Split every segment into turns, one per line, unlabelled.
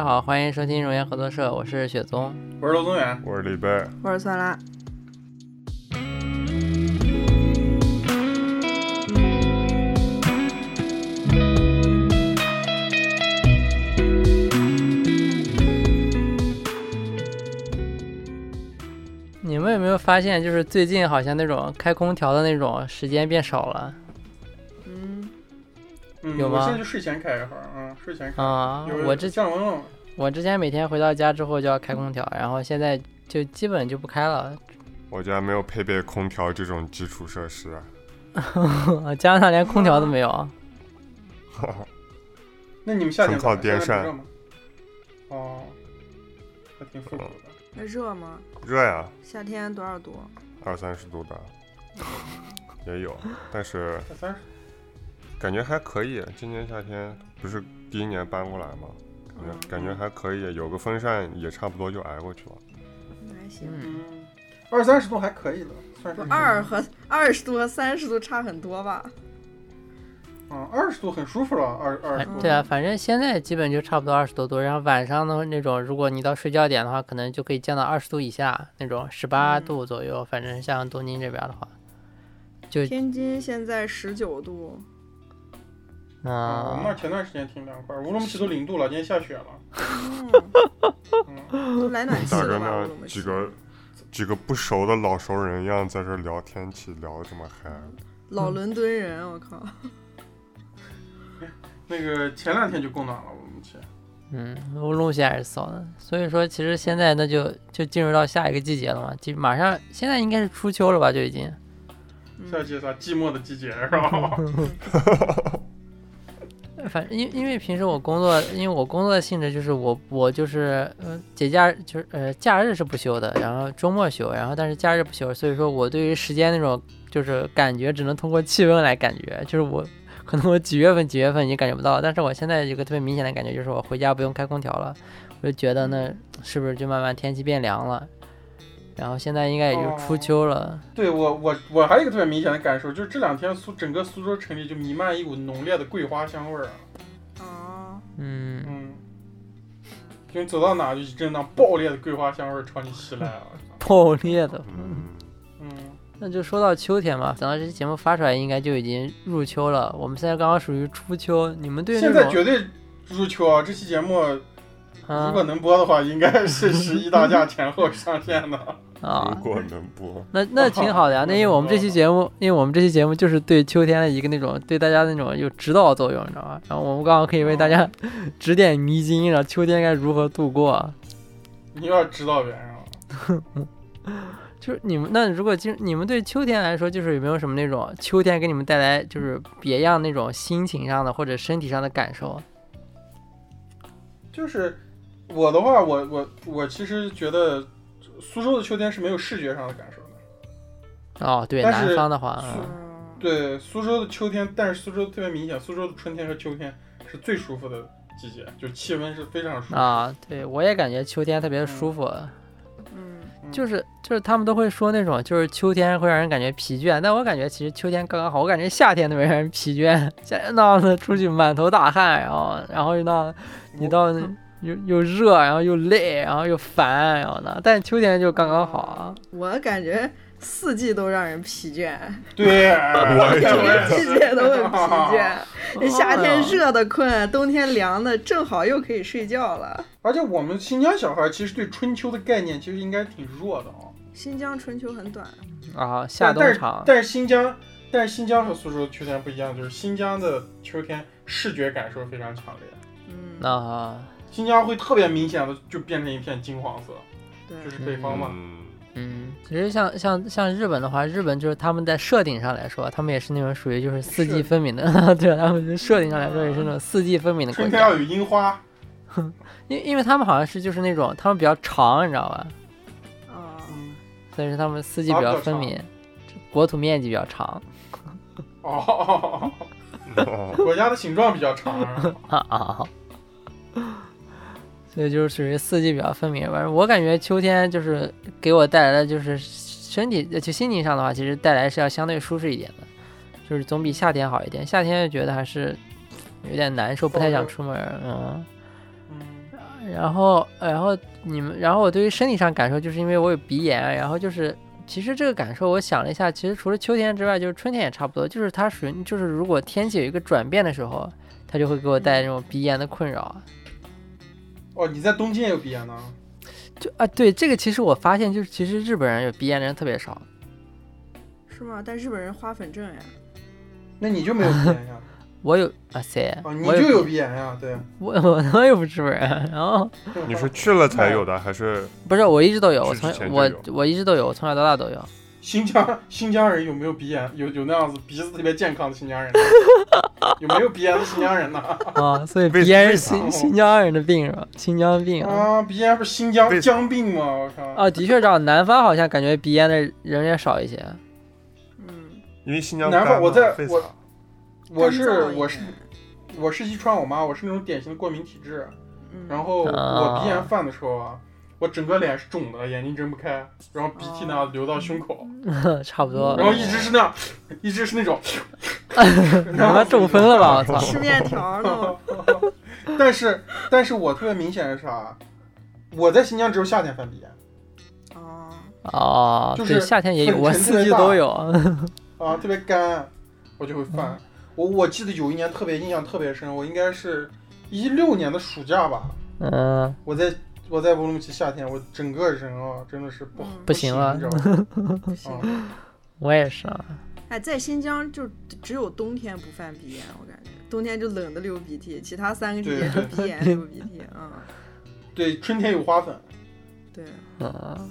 好，欢迎收听熔岩合作社，我是雪宗。
我是娄宗远，
我是李贝，
我是酸辣，
你们有没有发现，就是最近好像那种开空调的那种时间变少了
嗯，
嗯，
有
我
吗
现在就睡前开一会儿，嗯，睡前开。
啊、
有
我之前
像我那种，
我之前每天回到家之后就要开空调，然后现在就基本就不开了。
我家没有配备空调这种基础设施啊。
呃加拿大连空调都没有，
那你们夏天
纯靠
怎么样
电
现在
扇
不热吗？哦，还挺复古
嗯
的。
那热吗？
热呀，
夏天多少度？
二三十度的也有，但是
三十，
感觉还可以。今年夏天不是第一年搬过来吗？感
嗯
觉感觉还可以，有个风扇也差不多就挨过去了。
那还行。
嗯，
嗯，二三十度还可以了，算
不
是，
二和二十度和三十度差很多吧？
嗯，二十度很舒服了，二二十度。
反对啊，反正现在基本就差不多二十多度，然后晚上的那种，如果你到睡觉点的话，可能就可以降到二十度以下那种，十八
嗯
度左右。反正像东京这边的话，就
天津现在十九度，
嗯我
嗯
们那儿前段时间挺凉快，乌鲁木齐都零度了，今天下雪了。
嗯，
嗯，
都来暖气
咋
了
跟
吧？
那
乌鲁木齐
几个几个不熟的老熟人一样在这聊天气，聊得这么嗨？
老伦敦人，我靠，
那个前两天就供暖了，乌鲁木齐。
嗯，乌鲁木齐还是骚的。所以说，其实现在那就就进入到下一个季节了嘛，就马上现在应该是初秋了吧，就已经。
嗯
夏季啥寂寞的季节是吧？
反正因因为平时我工作，因为我工作的性质就是我我就是呃节假日就是呃假日是不休的，然后周末休，然后但是假日不休，所以说我对于时间那种就是感觉只能通过气温来感觉，就是我可能我几月份几月份已经感觉不到了，但是我现在有个特别明显的感觉就是我回家不用开空调了，我就觉得那是不是就慢慢天气变凉了，然后现在应该也就初
哦
秋了，
对我我我还有一个特别明显的感受，就是这两天苏整个苏州城里就弥漫一股浓烈的桂花香味儿啊。
哦，
嗯。
嗯，就你走到哪就一阵那爆裂的桂花香味儿朝你袭来啊！
爆 裂的，
嗯，
嗯，
那就说到秋天嘛，等到这期节目发出来，应该就已经入秋了。我们现在刚刚属于初秋，你们对
现
那
在
种
绝对入秋啊！这期节目如
啊
果能播的话，应该是十一大假前后上线的。
如
啊，
果能播，
那那挺好的呀、
哦
那因为我们这期节目，因为我们这期节目就是对秋天的一个那种对大家那种有指导作用，你知道吧？然后我们刚好可以为大
哦
家 指点迷津，然后秋天该如何度过。
你又要指导别人了。啊
就是你们那如果就你们对秋天来说，就是有没有什么那种秋天给你们带来就是别样那种心情上的或者身体上的感受？
就是我的话，我我我其实觉得苏州的秋天是没有视觉上的感受的。
哦，对，
但是
南方的话，
是
嗯
嗯，
对，苏州的秋天，但是苏州特别明显，苏州的春天和秋天是最舒服的季节，就气温是非常舒服。
啊，对我也感觉秋天特别舒服。
嗯，
嗯
就是就是他们都会说那种，就是秋天会让人感觉疲倦，但我感觉其实秋天刚刚好，我感觉夏天特别让人疲倦，夏天闹的出去满头大汗，然后然后又闹你到
嗯
那又又热，然后又累，然后又烦，然后呢，但秋天就刚刚好啊。
我感觉四季都让人疲倦，
对，哎
我也觉得
也
季
是
节都很疲倦。这夏天
哦，
热的困，冬天凉的，正好又可以睡觉了。
而且我们新疆小孩其实对春秋的概念其实应该挺弱的啊、
新疆春秋很短，
啊，夏冬
但是
长，
但是新疆，但是新疆和苏州秋天不一样，就是新疆的秋天视觉感受非常强烈，
嗯，
那、啊、
新疆会特别明显的就变成一片金黄色，
对
就，是北方嘛。
嗯，
嗯，其实像像像日本的话，日本就是他们在设定上来说，他们也是那种属于就是四季
是
分明的， 对，他们设定上来说也是那种四季分明的国
春
家
天。要有樱花，
因因为他们好像是就是那种他们比较长，你知道吧？
哦，
嗯，
所以说他们四季比较分明，国土面积比较长嗯
哦哦， 哦
哦
哦国家的形状比较长 啊，
啊啊。 所以就是属于四季比较分明。反正我感觉秋天就是给我带来的就是身体呃就心情上的话，其实带来是要相对舒适一点的，就是总比夏天好一点。夏天就觉得还是有点难受，不太想出门。嗯，
嗯，
然后然后你们，然后我对于身体上感受，就是因为我有鼻炎，然后就是其实这个感受，我想了一下，其实除了秋天之外，就是春天也差不多，就是它属于就是如果天气有一个转变的时候，它就会给我带来这种鼻炎的困扰。
哦，你在东京也有鼻炎呢？
就啊，对这个其实我发现，就是其实日本人有鼻炎的人特别少。
是吗？但日本人花粉症呀，
那你就没有鼻炎呀？
我有啊塞，
啊，你
我
就有
鼻
鼻炎呀？对，
我我他妈又不是日本人，然后
你是去了才有的，还是
不是我一直都有，我
是
从
之前就
我
有
我一直都有，我从小到大都有。
新疆新疆人有没有鼻炎？有有那样子鼻子特别健康的新疆人呢？有没有鼻炎的新疆人呢？
啊，所以
为
鼻炎是
为啥
新新疆人的病是吧？新疆病啊，
啊，鼻炎不是新疆
为
江病吗？我靠！
啊，的确照南方好像感觉鼻炎的人也少一些。
嗯，
因为新疆
南
干
方
嘛
我在
废
我
材
我
干
是
燥一
我是
点
我是遗传我妈，我是那种典型的过敏体质。
嗯，
然后
啊
我鼻炎犯的时候啊，我整个脸是肿的，眼睛睁不开，然后鼻涕那样流到胸口，
嗯差不多。
嗯然后一直是那样，一直是那种，
你他妈嗯中风了吧？我操！
吃面条呢，
但是但是我特别明显是啥？我在新疆只有夏天犯鼻炎
哦，
哦，
就是
对，夏天也有，
粉
我
尘特别
四季
大
都有。
啊，特别干，我就会
嗯
犯。我我记得有一年特别印象特别深，我应该是一六年的暑假吧，
嗯，
我在我在乌鲁木齐夏天，我整个人啊真的是不
嗯
不行了
你知道吗？
不 行。
啊
我也是啊。
哎，在新疆就只有冬天不犯鼻炎，我感觉冬天就冷的流鼻涕，其他三个季节就鼻炎流鼻涕。嗯，
对，春天有花粉。
对，
嗯，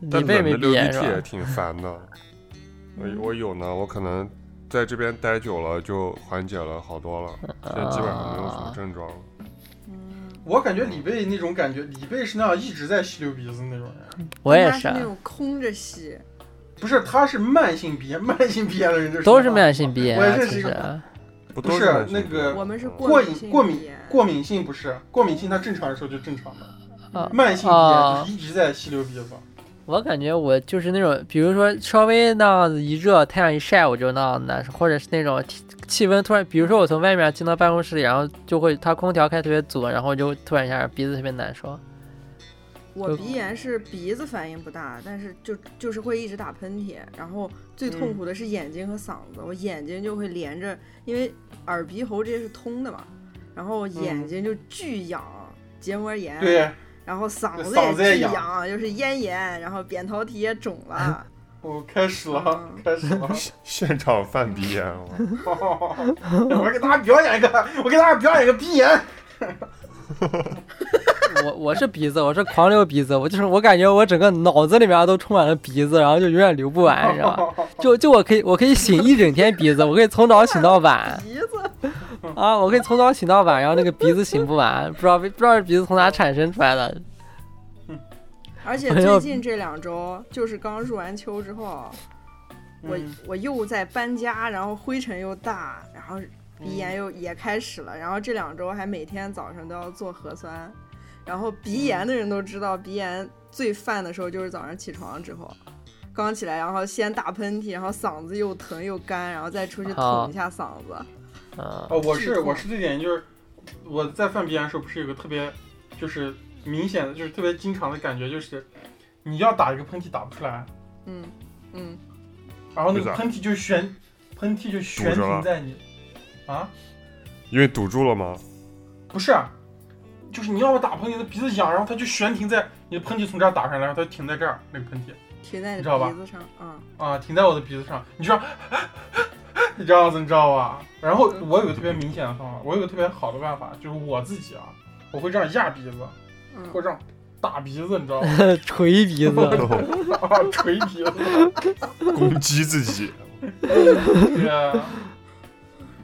你
但
胃
冷
没
的
鼻
流
炎
鼻
是
涕也
吧？
挺烦的。我我有呢，我可能在这边待久了就缓解了好多了，现
嗯
在基本上没有什
啊
么症状了。
嗯，
我感觉李贝那种感觉，李贝是那样一直在吸溜鼻子那种人，
我也
他是
是啊，
那种空着吸，
不是，他是慢性鼻炎， 慢性鼻炎的人就是
都是慢性鼻炎
我也
啊，
认识
其
一个
实。
不
不
都
是
慢性
那
病
个
我们是过
过
敏
敏
性
过
鼻
敏
炎
过敏性不是过敏性，他正常的时候就正常的，
嗯
啊
慢性鼻炎就是一直在吸溜鼻子。
我感觉我就是那种，比如说稍微那样子一热，太阳一晒我就那样子难受，或者是那种气气温突然，比如说我从外面进到办公室里，然后就会它空调开特别足，然后就突然一下鼻子特别难受。
我鼻炎是鼻子反应不大，但是就就是会一直打喷嚏，然后最痛
嗯
苦的是眼睛和嗓子，我眼睛就会连着，因为耳鼻喉这些是通的嘛，然后眼睛就巨痒，结膜炎，
嗯对，
然后嗓
对嗓子
也
也
巨
痒
痒，就是咽炎，然后扁桃体也肿了，
哎我开始了
嗯，
开始了，
现场犯鼻炎了。
我给大家表演一个，我给大家表演一个鼻炎。
我我是鼻子，我是狂流鼻子，我就是我感觉我整个脑子里面都充满了鼻子，然后就永远流不完，你知道吧？就就我可以我可以擤一整天鼻子，我可以从早擤到晚
鼻子
啊，我可以从早擤到晚，然后那个鼻子擤不完，不知道不知道是鼻子从哪产生出来的，
而且
哎呦
最近这两周，就是刚入完秋之后，我
嗯
我又在搬家，然后灰尘又大，然后鼻炎又也开始了，然后这两周还每天早上都要做核酸，然后鼻炎的人都知道，鼻炎最犯的时候就是早上起床之后。刚起来，然后先打喷嚏，然后嗓子又疼又干，然后再出去
好
捅一下嗓子。
啊，
哦，我是
痛
我是这点就是我在犯鼻炎的时候，不是有个特别就是明显的，就是特别经常的感觉，就是你要打一个喷嚏打不出来，
嗯嗯，
然后那
为
个
啥
喷嚏就悬，喷嚏就悬
堵着
停
了
在你啊，
因为堵住了吗？
不是，啊就是你要么打喷嚏，它鼻子痒，然后它就悬停在你的喷嚏从这儿打上来，然后它就停在这儿，那个喷嚏
停在
你
你
知道吧
鼻子上，嗯，
啊，停在我的鼻子上，你知道， 你这样子你知道吧？然后我有个特别明显的方法，我有个特别好的办法，就是我自己啊，我会这样压鼻子，
嗯
或者这样打鼻子，你知道吗？
垂鼻子。
啊，捶鼻 子，
攻击自己，
对啊。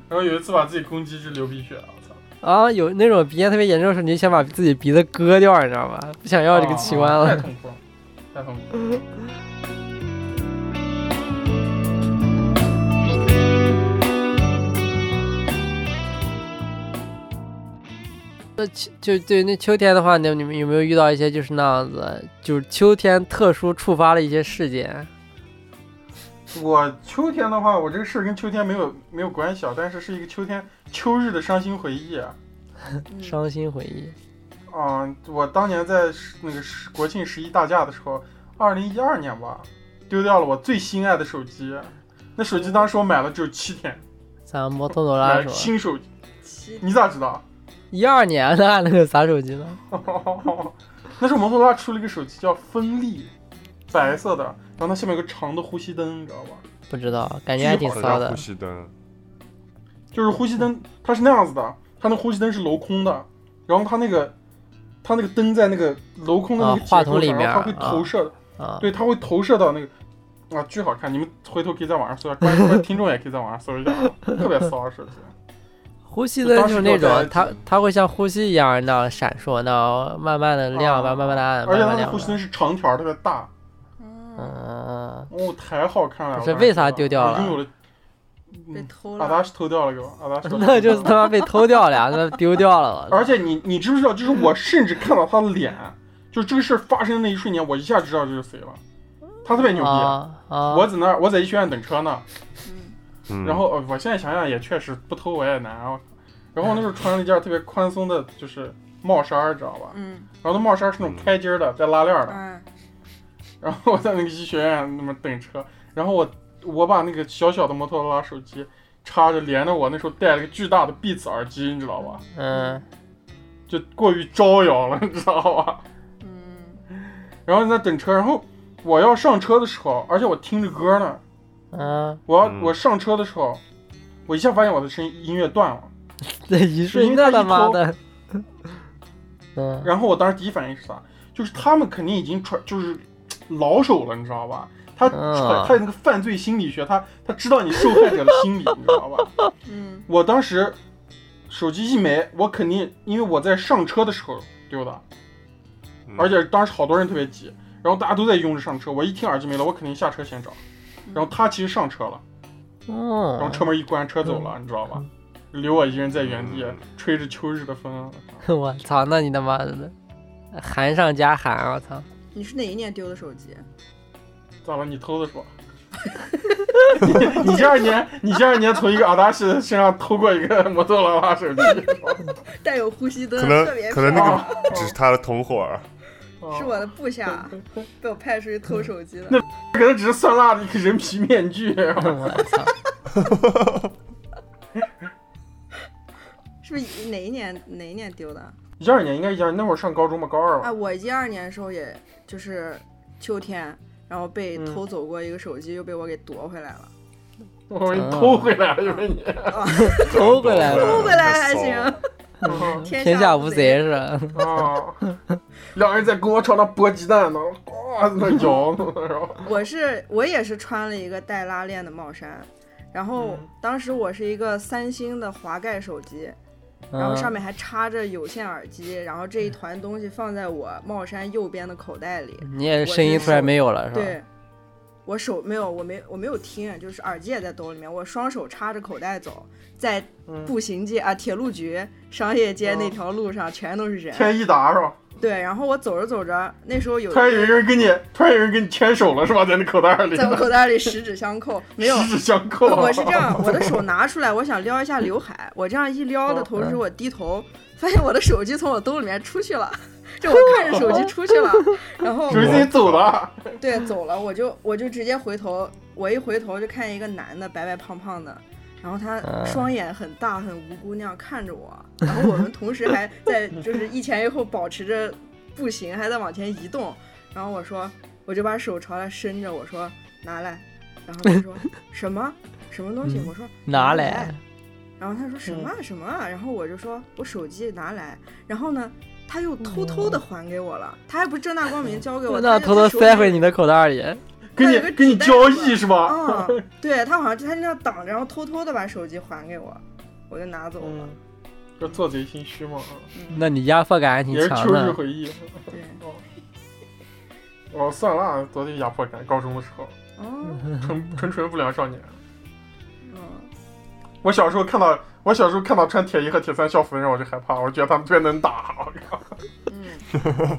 然后有一次把自己攻击是流鼻血了，我操！
啊，有那种鼻炎特别严重的时候，你就想把自己鼻子割掉，你知道吗？不想要这个器官
啊太
了。
痛苦了，太痛苦了。
那秋就对那秋天的话，你你们有没有遇到一些就是那样子，就是秋天特殊触发了一些事件？
我秋天的话，我这个事儿跟秋天没有没有关系啊，但是是一个秋天秋日的伤心回忆啊。
嗯
伤心回忆。
啊、啊、我当年在十那个十国庆十一大假的时候，二零一二年吧，丢掉了我最心爱的手机。那手机当时我买了只有七天，
咱摩托罗拉
买
是
了
吧？
新手机。
七
你咋知道？
一二年的那个啥手机呢？
那时候摩托罗拉出了一个手机叫锋利，白色的，然后它下面有个长的呼吸灯，你知道吧？
不知道，感觉还 挺骚
呼
的。
吸灯，
就是呼吸灯，它是那样子的，它那呼吸灯是镂空的，然后它那个它那个灯在那个镂空的那
啊
个
话
结构
筒里
上然后它会
面啊
投射的，
啊，
对，它会投射到那个。啊，巨好看！你们回头可以在网上搜一下，观众听众也可以在网上搜一 下，啊，特别骚的手机。
呼吸灯就是那
当
种
时就在
它它会像呼吸一样那样闪烁，那样慢慢的亮，
啊
慢慢的暗，
而
慢
且
慢地
它那
亮
个呼吸
的。
灯是长条儿，特别大，
嗯，
嗯，
哦，太好看了！
不是
我当时
为啥丢掉
我
了
拥有了，
被
嗯
偷
阿达
了，
是偷掉了给我，阿达是偷掉 了
那就是他妈被偷掉了 呀，那丢掉了。
而且你你知不知道，就是我甚至看到他的脸，就是这个事儿发生的那一瞬间，我一下知道这是谁了。他特别牛逼，
啊啊！
我在那儿我在医学院等车呢，
嗯，
嗯，
然后、呃、我现在想想也确实不偷我也难啊。然后那时候穿了一件特别宽松的，就是帽衫儿，知道吧？
嗯
然后那帽衫儿是那种开襟儿的，带拉链儿的。
嗯，
然后我在那个医学院那么等车，然后我我把那个小小的摩托罗拉手机插着，连着我那时候戴了个巨大的 Beats 耳机，你知道吧？
嗯，
就过于招摇了，你知道吧？
嗯，
然后在那等车，然后我要上车的时候，而且我听着歌呢，
嗯，
我要、
嗯
我上车的时候，我一下发现我的声音音乐断了，
这一瞬间他妈的， 嗯，
然后我当时第一反应是啥？就是他们肯定已经传就是嘖老手了，你知道吧？他传、
嗯
他有那个犯罪心理学，他他知道你受害者的心理， 你知道吧？
嗯，
我当时手机一没，我肯定因为我在上车的时候丢的，
嗯
而且当时好多人特别挤，然后大家都在拥着上车，我一听耳机没了，我肯定下车先找，然后他其实上车了。然后
哦，
车门一关，车走了，你知道吧？留我一人在原地，吹着秋日的风。
嗯 我操，那你他妈的寒上加寒，我操！
你是哪一年丢的手机？
咋了？你偷的是吧？你你这二年，你这二年从一个阿达西身上偷过一个摩托罗拉手机，啊是吧
带有呼吸灯，
可
特别
能可能
漂
那
亮
个只是他的同伙儿，
哦
是我的部下啊被我派出去偷手机的
那，可能只是酸辣的一个人皮面具。
我操，
是不是哪一年哪一年丢的？
一二年应该一二，那会儿上高中吧，高二
啊，
吧。
我一二年的时候，也就是秋天，然后被
嗯
偷走过一个手机，又被我给夺回来了。
我给你偷回来了，就被你。
偷回来
偷
了，
回来
太
还
骚了
行，啊
嗯
天下无贼是吧？
啊！两人在跟我吵那剥鸡蛋呢，呱在那摇呢，然后
我是我也是穿了一个带拉链的帽衫，然后
嗯
当时我是一个三星的滑盖手机，然
嗯
后上面还插着有线耳机，然后这一团东西放在我帽衫右边的口袋里。
你也声音突然没有了是吧？
对，我手没有，我没我没有听，啊就是耳机也在兜里面，我双手插着口袋走，在
嗯
步行街啊、铁路局、商业街
哦
那条路上全都是人。
天一达是吧？
对，然后我走着走着，那时候有
突然有一个人跟你，突然有人跟你牵手了是吧？在那口袋里，
在我口袋里十指相扣，没有。
十指相扣。啊
我是这样， 我的手拿出来，我想撩一下刘海，我这样一撩的
哦
同时，
嗯
我低头发现我的手机从我兜里面出去了， 就我看着手 机出去了，然后
属于自己走的，
嗯
对，走了，我就我就直接回头，我一回头就看一个男的，白白胖胖的，然后他
嗯
双眼很大，很无辜那样看着我，然后我们同时还在就是一前一后保持着步行，还在往前移动，然后我说，我就把手朝他伸着，我说拿来，然后 他说什么什么东西，
嗯
我说
拿来，
然后他说什么啊什么啊，然后我就说我手机拿来，然后呢。他又偷偷的还给我了，他还不是正大光明交给我，
那
他就
偷偷
在手里
塞回你的口袋里，
跟
那有个
你跟你
纸袋
交易是吧？
啊，对他好像就他就那样挡着，然后偷偷的把手机还给我，我就拿走了
嗯。，这做贼心虚嘛，
嗯，
那你压迫感还挺
也是
强
秋日
的。
回忆。
对，
哦，算了，多的压迫感，高中的时候，
哦，
纯纯纯不良少年。
嗯，
我小时候看到，我小时候看到穿铁一和铁三校服的人，我就害怕，我觉得他们特别能打。我靠，
嗯，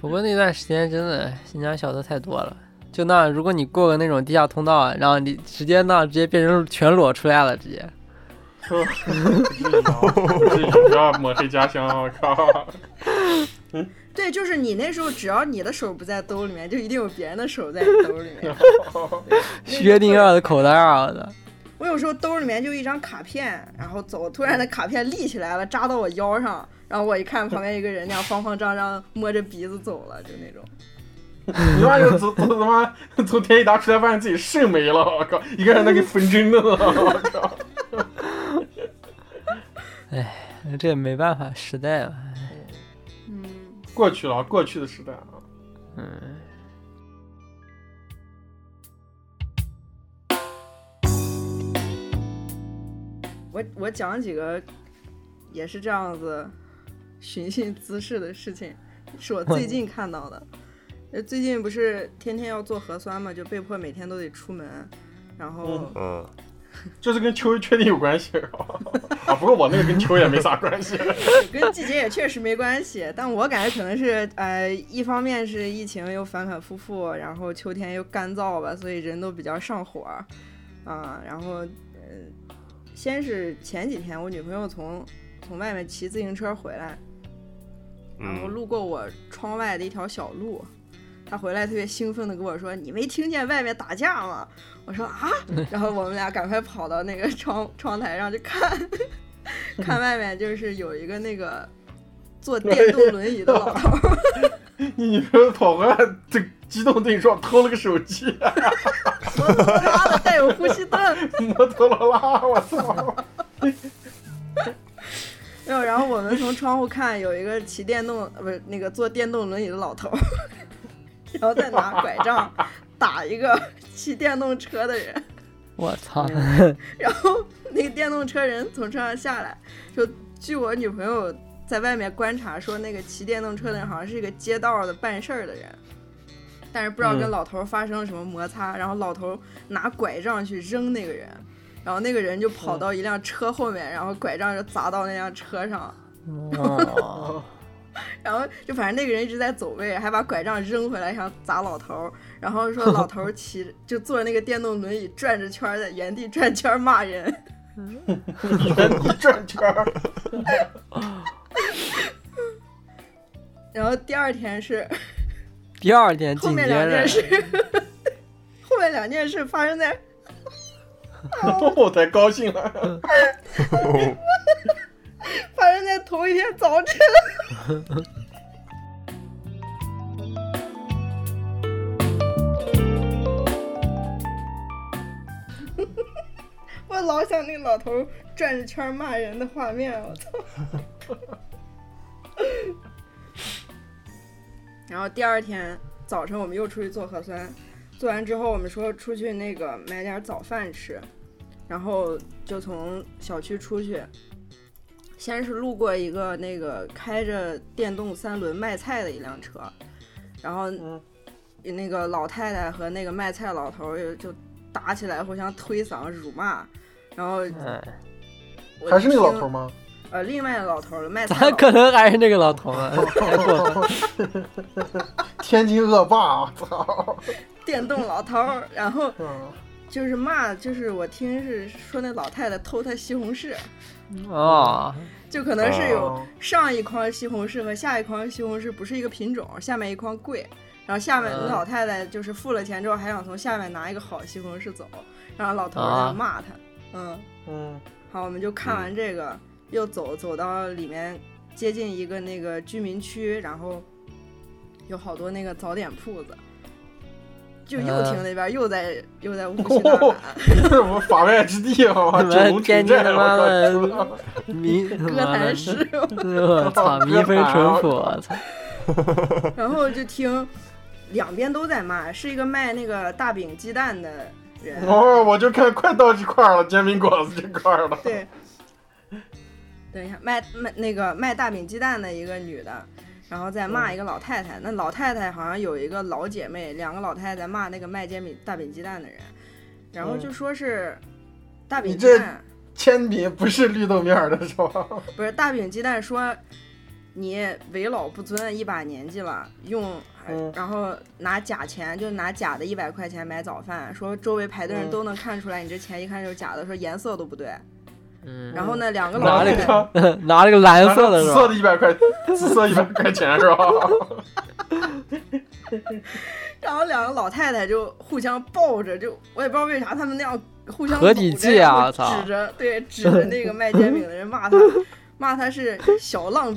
不过那段时间真的新疆小偷太多了，就那如果 啊你过个那种地下通道，然后你直接那直接变成全裸出来了，直接
不至于啊，不至于，不要抹黑家乡啊，我靠！
对，就是你那时候，只要你的手不在兜里面，就一定有别人的手在你兜里 面。
薛定谔的口袋儿啊，我操！
我有时候兜里面就一张卡片，然后走，突然那卡片立起来了，扎到我腰上，然后我一看旁边一个人那样方方张张摸着鼻子走了，就那种。
你妈就从从他妈从天一达出来，发现自己肾没了，我靠！一个人在给缝针呢，我靠！
这也没办法，时代了。
嗯，
过去了，过去的时代啊。
嗯，
我我讲几个也是这样子寻衅滋事的事情，是我最近看到的。呃最近不是天天要做核酸嘛，就被迫每天都得出门，然后
嗯
嗯，
这是跟秋确定有关系 啊！啊，不过我那个跟秋也没啥关系。
跟季节也确实没关系，但我感觉可能是呃，一方面是疫情又反反复复，然后秋天又干燥吧，所以人都比较上火儿啊。然后呃，先是前几天我女朋友从从外面骑自行车回来，然后
嗯，
路过我窗外的一条小路，他回来特别兴奋的跟我说：“你没听见外面打架吗？”我说：“啊！”然后我们俩赶快跑到那个窗窗台上去看， 看外面就是有一个那个坐电动轮椅的老头儿，
你女朋友跑回来，这激动对你说偷了个手机，
拉了带有呼吸灯，
摩托罗拉，我操！
没有。然后我们从窗户看，有一个骑电动不是那个坐电动轮椅的老头儿， 然后再拿拐杖打一个 骑电动车的人。
我操！
嗯然后 那个电动车人从车上下来，就据我女朋友在外面观察说，那个骑电动车的人好像是一个街道的办事儿的人，但是不知道跟
嗯
老头儿发生了什么摩擦，然后老头儿拿拐杖去扔那个人，然后那个人就跑到一辆车后面，然后拐杖就砸到那辆车上，
哦，
然后就反正那个人一直在走位，还把拐杖扔回来想砸老头儿，然后说老头儿骑就坐着那个电动轮椅转着圈儿在原地转圈儿骂人。
原地转圈儿，
然后第二天是
第二天
后
紧接
面两件
着，
事，后面两件事发生在
我才高兴啊了。
发生在同一天早晨。 我老想那个老头儿转着圈儿骂人的画面，我操！ 然后第二天早晨，我们又出去做核酸，做完之后，我们说出去那个买点儿早饭吃，然后就从小区出去，先是路过一个那个开着电动三轮卖菜的一辆车，然后
嗯
那个老太太和那个卖菜老头儿就打起来，互相推搡、辱骂，然后
嗯，
我
还是那个
听
老头吗？
呃，另外的老头儿了，卖菜
咋
老头
可能还是那个老头啊？ 太过分了！
天津恶霸，我操！
儿电动老头儿，然后
嗯，
就是骂，就是我听是说那老太太偷他西红柿，
哦，
就可能是有
哦
上一筐西红柿和下一筐西红柿不是一个品种，下面一筐贵。然后下面
嗯
老太太就是付了钱之后，还想从下面拿一个好西红柿走，然后老头
啊
儿在骂他，嗯，
嗯，
好，我们就看
嗯
完这个，又走走到里面，接近一个那个居民区，然后有好多那个早点铺子，就又
呃
停那边，又在又 在乌西大喊，
这我法外之地啊！
你
九龙
们
城
天津
寨，
他妈
我靠！
的迷他
歌
妈的
坛诗，
我操，迷飞淳朴，我操！
然后就听两边都在骂，是一个卖那个大饼鸡蛋的人，
哦，我就看快到这块儿了，煎饼果子这块儿了。
对，等一下，卖卖那个卖大饼鸡蛋的一个女的，然后再
嗯
骂一个老太太。那老太太好像有一个老姐妹，两个老太太在骂那个卖煎饼大饼鸡蛋的人，然后就说是大
嗯
饼
你
鸡
这
蛋
煎饼不是绿豆面儿的是吧？
不是大饼鸡蛋说。你为老不尊，一把年纪了，用、
嗯
然后拿假钱，就拿假的一百块钱买早饭，说周围排队人
嗯
都能看出来，你这钱一看就是假的，说颜色都不对，
嗯，
然后呢，两 个
拿
老
哪
了
里
太
一
看
太，
个
拿了个蓝
拿
色的
了
是吧？
紫色的一百块，紫色一百块钱是吧？
然后两个老太太就互相抱着，就我也不知道为啥他们那样互相
合体
搂着
技啊
然后
操
指着对指着那个卖煎饼的人 骂他，骂他是小浪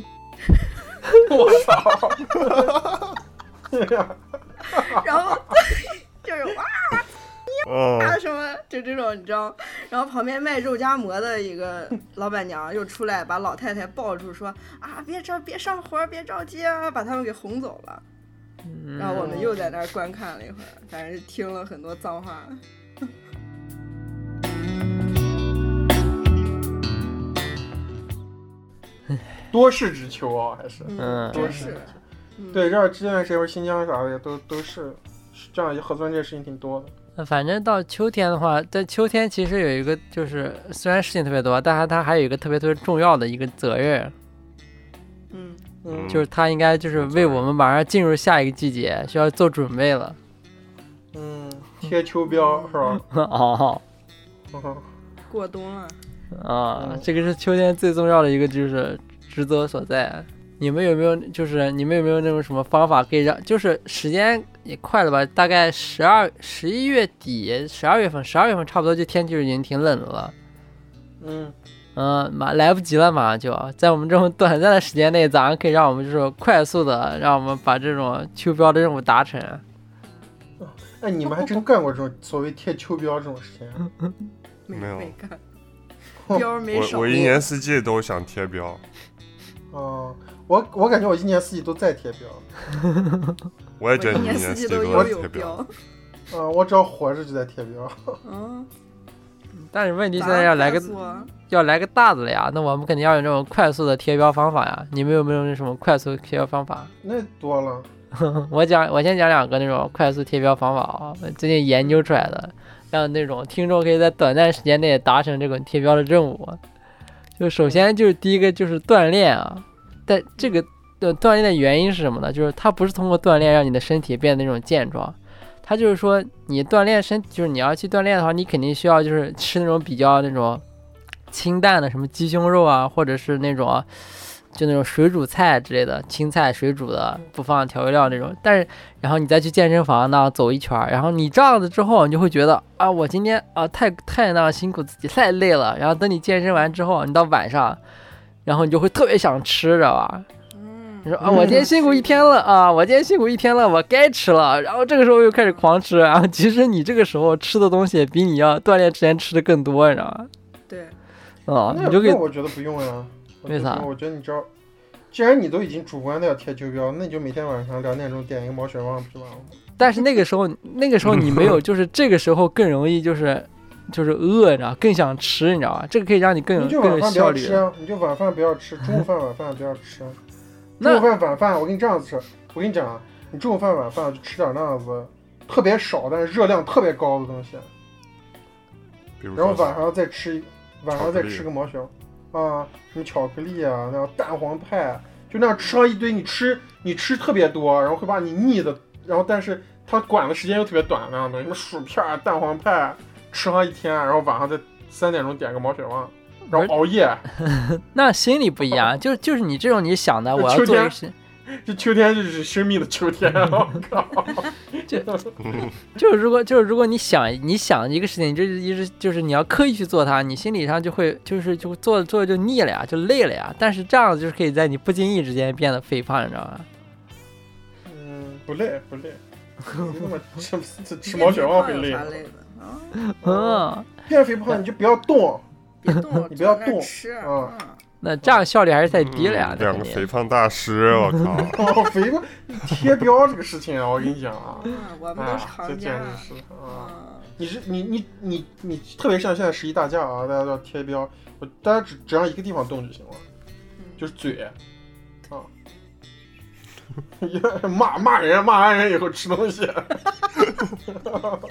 我操！
然后 就是哇啊
嗯，
什么，就这种你知道。然后旁边卖肉夹馍的一个老板娘又出来把老太太抱住说啊，别着别上火，别着急啊，把他们给哄走了。
嗯
然后我们又在那儿观看了一会儿，反正是听了很多脏话。
多事之秋啊，还是
嗯
真
多
是
事。。
嗯，
对，这儿这段时间不是新疆啥的也都都是，是这样一核酸这个事情挺多的。
嗯反正到秋天的话，在秋天其实有一个就是虽然事情特别多，但它它还有一个特别特别重要的一个责任，
嗯，
嗯，
就是它应该就是为我们马上进入下一个季节需要做准备了。
嗯，贴秋膘是吧？
哦
嗯
过冬了。
啊
嗯，
这个是秋天最重要的一个就是职责所在。你们有没有就是你们有没有那种什么方法可以让就是时间也快了吧？大概十二十一月底十二月份十二月份差不多就天气就已经挺冷的了。
嗯，
嗯，马来不及了，马上就啊在我们这种短暂的时间内，咋样可以让我们就是快速的，让我们把这种秋标的任务达成？
哎，你们还真干过这种所谓贴秋膘这种事
嗯
情？
没
没有
没干，膘儿没
嗯我
少。
我一年四季都想贴标，
哦、我我感觉我一年四季都在贴膘。
我也
我
觉得
一
你
年
四
四季都
都
有
想
有
贴标。
膘。
嗯、我只要活着就在贴膘。
嗯，
但是问题
咋
现在要来
快
个
速啊
要来个大的了呀，那我们肯定要有那种快速的贴标方法呀。你们有没有那什么快速贴标方法？
那多了，
我讲，我先讲两个那种快速贴标方法啊，我最近研究出来的，让那种听众可以在短暂时间内达成这种贴标的任务。啊就首先就是第一个就是锻炼啊，但这个呃锻炼的原因是什么呢？就是它不是通过锻炼让你的身体变得那种健壮，它就是说你锻炼身，就是你要去锻炼的话，你肯定需要就是吃那种比较那种清淡的什么鸡胸肉啊，或者是那种啊就那种水煮菜之类的，青菜水煮的，不放调味料那种。但是，然后你再去健身房那走一圈儿，然后你这样子之后，你就会觉得啊，我今天啊太太那样辛苦自己，太累了。然后等你健身完之后，你到晚上，然后你就会特别想吃，知道吧？
嗯
你说啊，我今天辛苦一天了啊，我今天辛苦一天了，我该吃了。然后这个时候又开始狂吃，然后其实你这个时候吃的东西比你要锻炼之前吃的更多，你知道吗？
对，
啊，
那
你就可以
那我觉得不用呀。我觉得
为啥
不用我觉得你只要，既然你都已经主观的要贴秋膘，那你就每天晚上两点钟点一个毛血旺不就完了吗？
但是那个时候，那个时候你没有，就是这个时候更容易就是就是饿，你知道，更想吃，你知道吧？这个可以让你更有
你就
更
晚
有
饭不
效
要
率
吃。啊，你就晚饭不要吃，中午饭晚饭不要吃。啊 中午
那
饭晚饭，我跟你这样子吃，我跟你讲啊，你中午饭晚饭就吃点那样子特别少但是热量特别高的东西，
比如
然后
说嗯
晚
啥，
上再吃，晚上再吃个毛血旺啊，什么巧克力啊，那样蛋黄派，啊就那样吃上一堆，你吃你吃特别多，然后会把你腻的，然后但是它管的时间又特别短那样的，什么薯片啊、蛋黄派，吃上一天，啊然后晚上再三点钟点个毛血旺，然后熬夜，啊
那心理不一样， 就就是你这种你想的，
就
我要
秋
做一
天
个事，
这秋天就是生命的秋天，我靠！
就是如果就是如果你想你想一个事情，你这一直就是你要刻意去做它，你心理上就会就是就做着做着就腻了呀，就累了呀。但是这样就是可以在你不经意之间变得肥胖，你知道吗？
嗯，不累不 累，那 么吃吃吃毛血旺会
有
累
啥。累的 啊？
嗯，
变肥胖你就不要动，
别动，
你不要
坐那儿
动
吃
啊
嗯
那这样效率还是太低了呀
嗯。
那
两
肯
个
定
肥胖 大师，我靠！
哦，肥胖贴标这个事情啊，我跟你讲啊，
嗯，我们都
啊
是，
这
行家
简。直是啊！
嗯
你是你你你你，特别像现在十一大假啊，大家都要贴标，我大家只只要一个地方动就行了，
嗯
就是嘴 啊。 骂骂人，骂完人以后吃东西，啊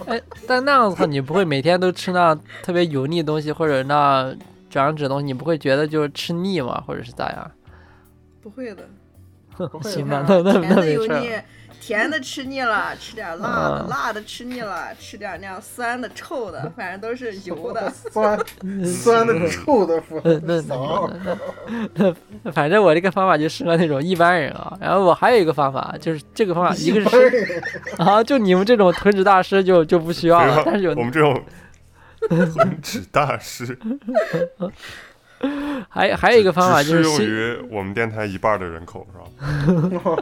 哎，但那样子的话，你不会每天都吃那特别油腻的东西，或者那长脂的东西，你不会觉得就是吃腻吗？或者是咋样？
不会的，
不会
行
的
吧，
啊
那那
甜
那
的
没
油
事儿。嗯
腻，甜的吃腻了，吃点辣的；辣的吃腻了，吃点那样酸的、臭的，反正都是油的。
酸酸的、臭的，服
那嗯那
骚。
反正我这个方法就适合那种一般人啊。然后我还有一个方法，就是这个方法，一个是吃
般 人
啊，就你们这种囤脂大师就就不需要了，但是有
我们这种混纸大师，
还 还有一个方法
只
就是
适
新
用于我们电台一半的人口，是吧？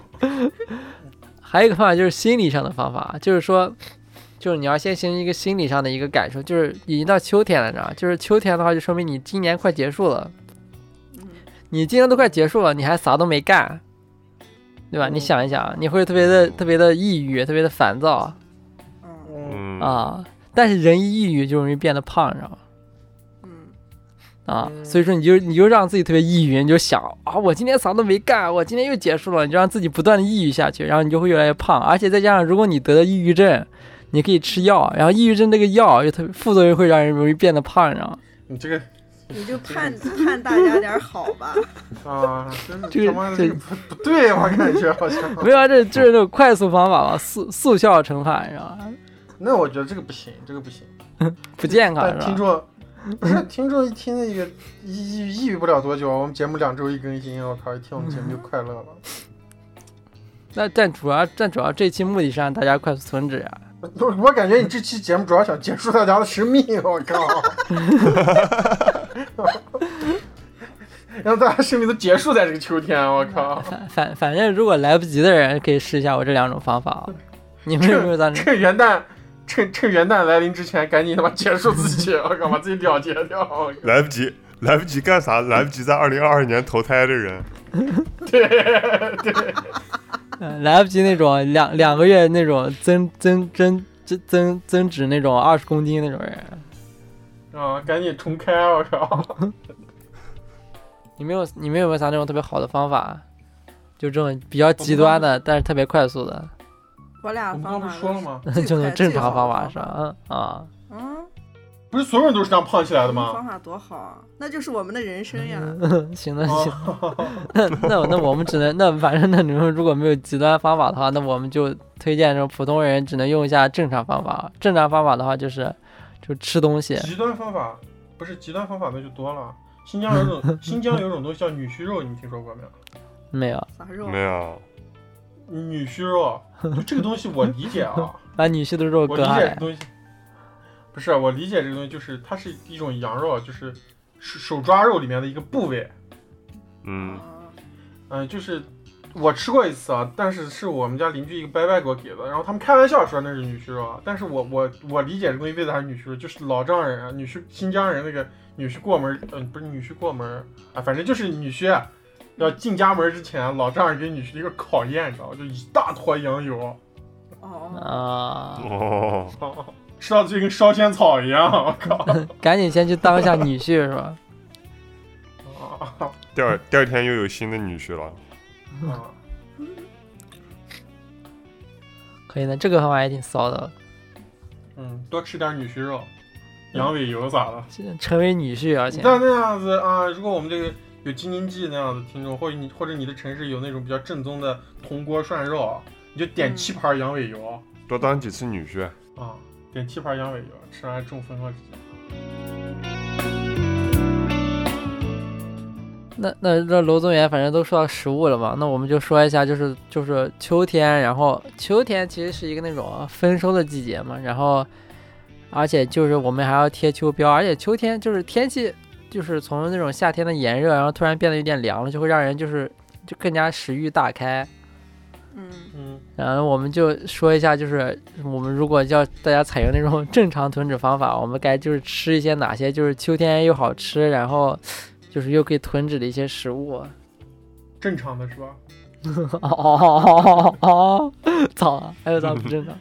还有一个方法就是心理上的方法，就是说，就是你要先形成一个心理上的一个感受，就是已经到秋天了，你知道吗就是秋天的话，就说明你今年快结束了，
嗯，
你今年都快结束了，你还啥都没干，对吧？
嗯
你想一想，你会特别的、特别的抑郁，特别的烦躁
嗯
嗯，
嗯，
啊。但是人一抑郁就容易变得胖，你知道吗？
嗯，
啊，
嗯
所以说你就你就让自己特别抑郁，你就想啊，我今天啥都没干，我今天又结束了，你就让自己不断的抑郁下去，然后你就会越来越胖，而且再加上如果你得了抑郁症，你可以吃药，然后抑郁症这个药又特别副作用会让人容易变得胖，你知道吗？
你嗯这个
你就盼盼大家点好吧。
啊，真
这
是
个
他妈的
这
这个不不对，啊我感觉好像。
没有啊，这就是那种快速方法嘛，速速效惩罚，你知道吗？
那我觉得这个不行，这个不行。
不健康
但
是
听
吧？
众不是听众一听那个抑郁抑郁不了多久，我们节目两周一更新，我靠，一听我们节目就快乐了。
那但主要但主要这期目的是让大家快速囤脂啊，
我我感觉你这期节目主要想结束大家的生命，我靠！ 让大家生命都结束在这个秋天，啊我靠！
反反反正如果来不及的人可以试一下我这两种方法啊。你们有没有当
趁元旦，趁趁元旦来临之前，赶紧他妈结束自己， 我靠，把自己了结掉。我靠
来不及，来不及干啥？来不及在二零二二年投胎的人，
对对，
嗯，来不及那种两两个月那种增增增增增增脂那种二十公斤那种人，
啊，赶紧重开，我靠！
你们有你们有没有啥那种特别好的方法？就这种比较极端的，但是特别快速的，
我
我
俩
们刚
方法
不是说了吗？
最
就那
快
种正
最
常
好的
方法是？吧？嗯啊，
嗯，
不是所有人都是这样胖起来
我
的
们
吗
方？法多好啊，那就是我们的人生呀。
行了行，
哦，
那 那我那我们只能那反正那你们如果没有极端方法的话，那我们就推荐这种普通人只能用一下正常方法。正常方法的话就是就吃东西，
极端方法不是极端方法那就多了。新疆有 种新疆有种东西叫女须肉，你们听说过没有？
没有
啥肉
没？有，
女须肉，就这个东西我理 解啊，
把女婿的肉
我
割
理
下
解这
来
个，东西，不是我理解这个东西，就是它是一种羊肉，就是手手抓肉里面的一个部位。
嗯，
啊
嗯、就是我吃过一次啊，但是是我们家邻居一个伯伯给我给的，然后他们开玩笑说那是女须肉啊，但是我我我理解这东西为啥是女须肉，就是老丈人啊，女婿新疆人那个女婿过门儿，嗯、不是女婿过门儿啊，反正就是女婿啊要进家门儿之前，啊老丈人给女婿一个考验，你知道吗？就一大坨羊油，
哦
啊，
哦，
吃到嘴跟烧仙草一样，啊我靠！
赶紧先去当一下女婿是吧？
啊
第二第二天又有新的女婿了，
啊
可以的，这个方法也挺骚的，
嗯，多吃点女婿肉，羊尾油咋了？
成为女婿而
你
且
像那样子啊、如果我们这个有京津冀那样的听众，或者你或者你的城市有那种比较正宗的铜锅涮肉，你就点
嗯
七盘羊尾油啊、啊
多当几次女婿。
点七盘羊尾油，吃完中风了直接。
那那那楼宗元反正都说到食物了嘛，那我们就说一下，就是就是秋天，然后秋天其实是一个那种丰收的季节嘛，然后而且就是我们还要贴秋膘，而且秋天就是天气就是从那种夏天的炎热，然后突然变得有点凉了，就会让人就是就更加食欲大开。
嗯，
嗯，
然后我们就说一下，就是我们如果要大家采用那种 正常囤脂方法，我们该就是吃一些哪些就是秋天又好吃，然后就是又可以囤脂的一些食物。
正常的是吧？
哦哦哦哦哦！操啊，还有啥不正常？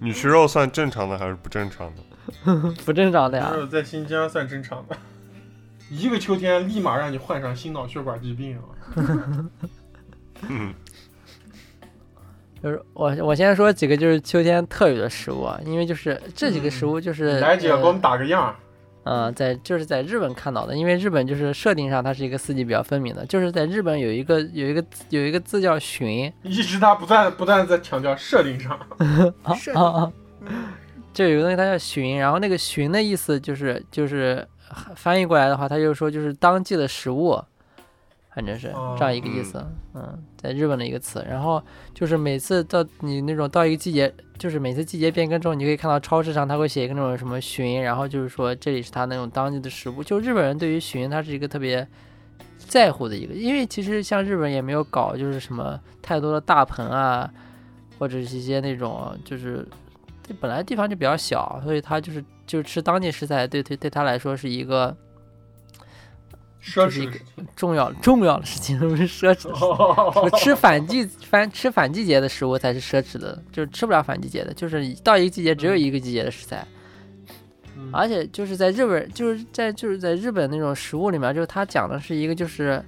女婿肉算正常的还是不正常的？
不正常的呀
只？有在新疆算正常的。一个秋天立马让你患上心脑血管疾病啊！
嗯，
就是我我先说几个就是秋天特有的食物，啊，因为就是这几个食物就是、
来姐，给我们
呃
打个样儿。
呃，在就是在日本看到的，因为日本就是设定上它是一个四季比较分明的，就是在日本有一个有一个有一个字叫“旬
一直他不断不断在强调设定上，”，
啊
是
啊啊，
嗯
就有一个东西它叫“旬”，然后那个“旬”的意思就是就是翻译过来的话，它就是说就是当季的食物，反正是
哦
这样一个意思，嗯，在日本的一个词。然后就是每次到你那种到一个季节，就是每次季节变更之后，你可以看到超市上它会写一个那种什么“旬”，然后就是说这里是它那种当季的食物。就日本人对于“旬”它是一个特别。在乎的一个，因为其实像日本也没有搞就是什么太多的大棚啊，或者是一些那种就是这本来地方就比较小，所以他就是就吃当地食材，对对对他来说是一个
奢
是一
侈
个
的事情。
重要重要的事情， 不是奢侈的事。我吃反季反吃反季节的食物才是奢侈的，就是吃不了反季节的，就是到一个季节只有一个季节的食材。
嗯
而且就是在日本，就是在就是在日本那种食物里面，就是他讲的是一个就是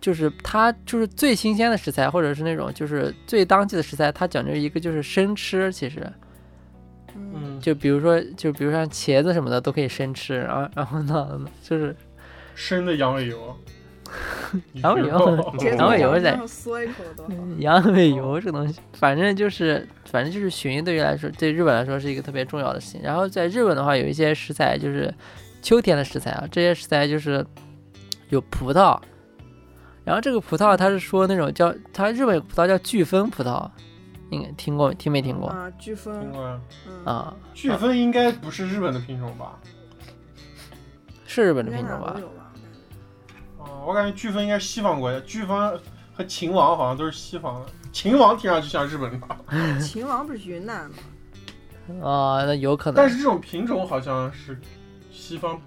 就是他就是最新鲜的食材，或者是那种就是最当季的食材，他讲究一个就是生吃，其实。
嗯，
嗯，
就比如说，就比如像茄子什么的都可以生吃，然后然后呢，就是
生的羊 尾油，
羊尾 油
哦
直接
然
从
后有
脚
点嗯
上嗦一口多好。
羊尾油这个东西，反正就是反正就是鲟对于来说，对日本来说是一个特别重要的事情。然后在日本的话，有一些食材就是秋天的食材啊，这些食材就是有葡萄，然后这个葡萄它是说那种叫它日本有个葡萄叫巨峰葡萄，应该听过听没听过
啊，飓
听
风，
过啊
嗯，
啊？
飓风应该不是日本的品种吧？
是日本
应
的
该
品种
哪
吧
都？有吧？
啊，我感觉飓风应该是西方国家，飓风和秦王好像都是西方的，秦王听上去像日本的，
秦王不是云南吗？
啊，那有可能。
但是这种品种好像是西方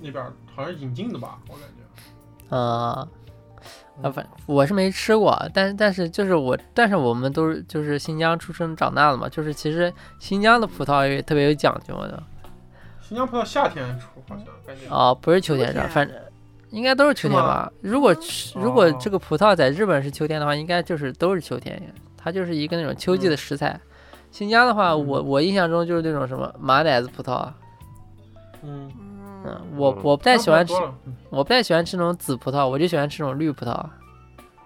那边儿好像引进的吧？我感觉。
啊、啊，
嗯
反我是没吃过，但但是就是我，但是我们都是就是新疆出生长大的嘛，就是其实新疆的葡萄也特别有讲究的
新疆葡萄夏天出，好像感觉。
啊、不是秋天
秋
长，
天
反正应该都是秋
是
天
吗
吧。如果吃如果
哦
这个葡萄在日本是秋天的话，应该就是都是秋天，它就是一个那种秋季的食材。新疆的话，我我印象中就是那种什么马奶子葡萄，啊
嗯，
嗯
嗯，，
我
嗯
我不太喜欢吃嗯
差，不多了
我不太喜欢吃那种紫葡萄，我就喜欢吃那种绿葡萄。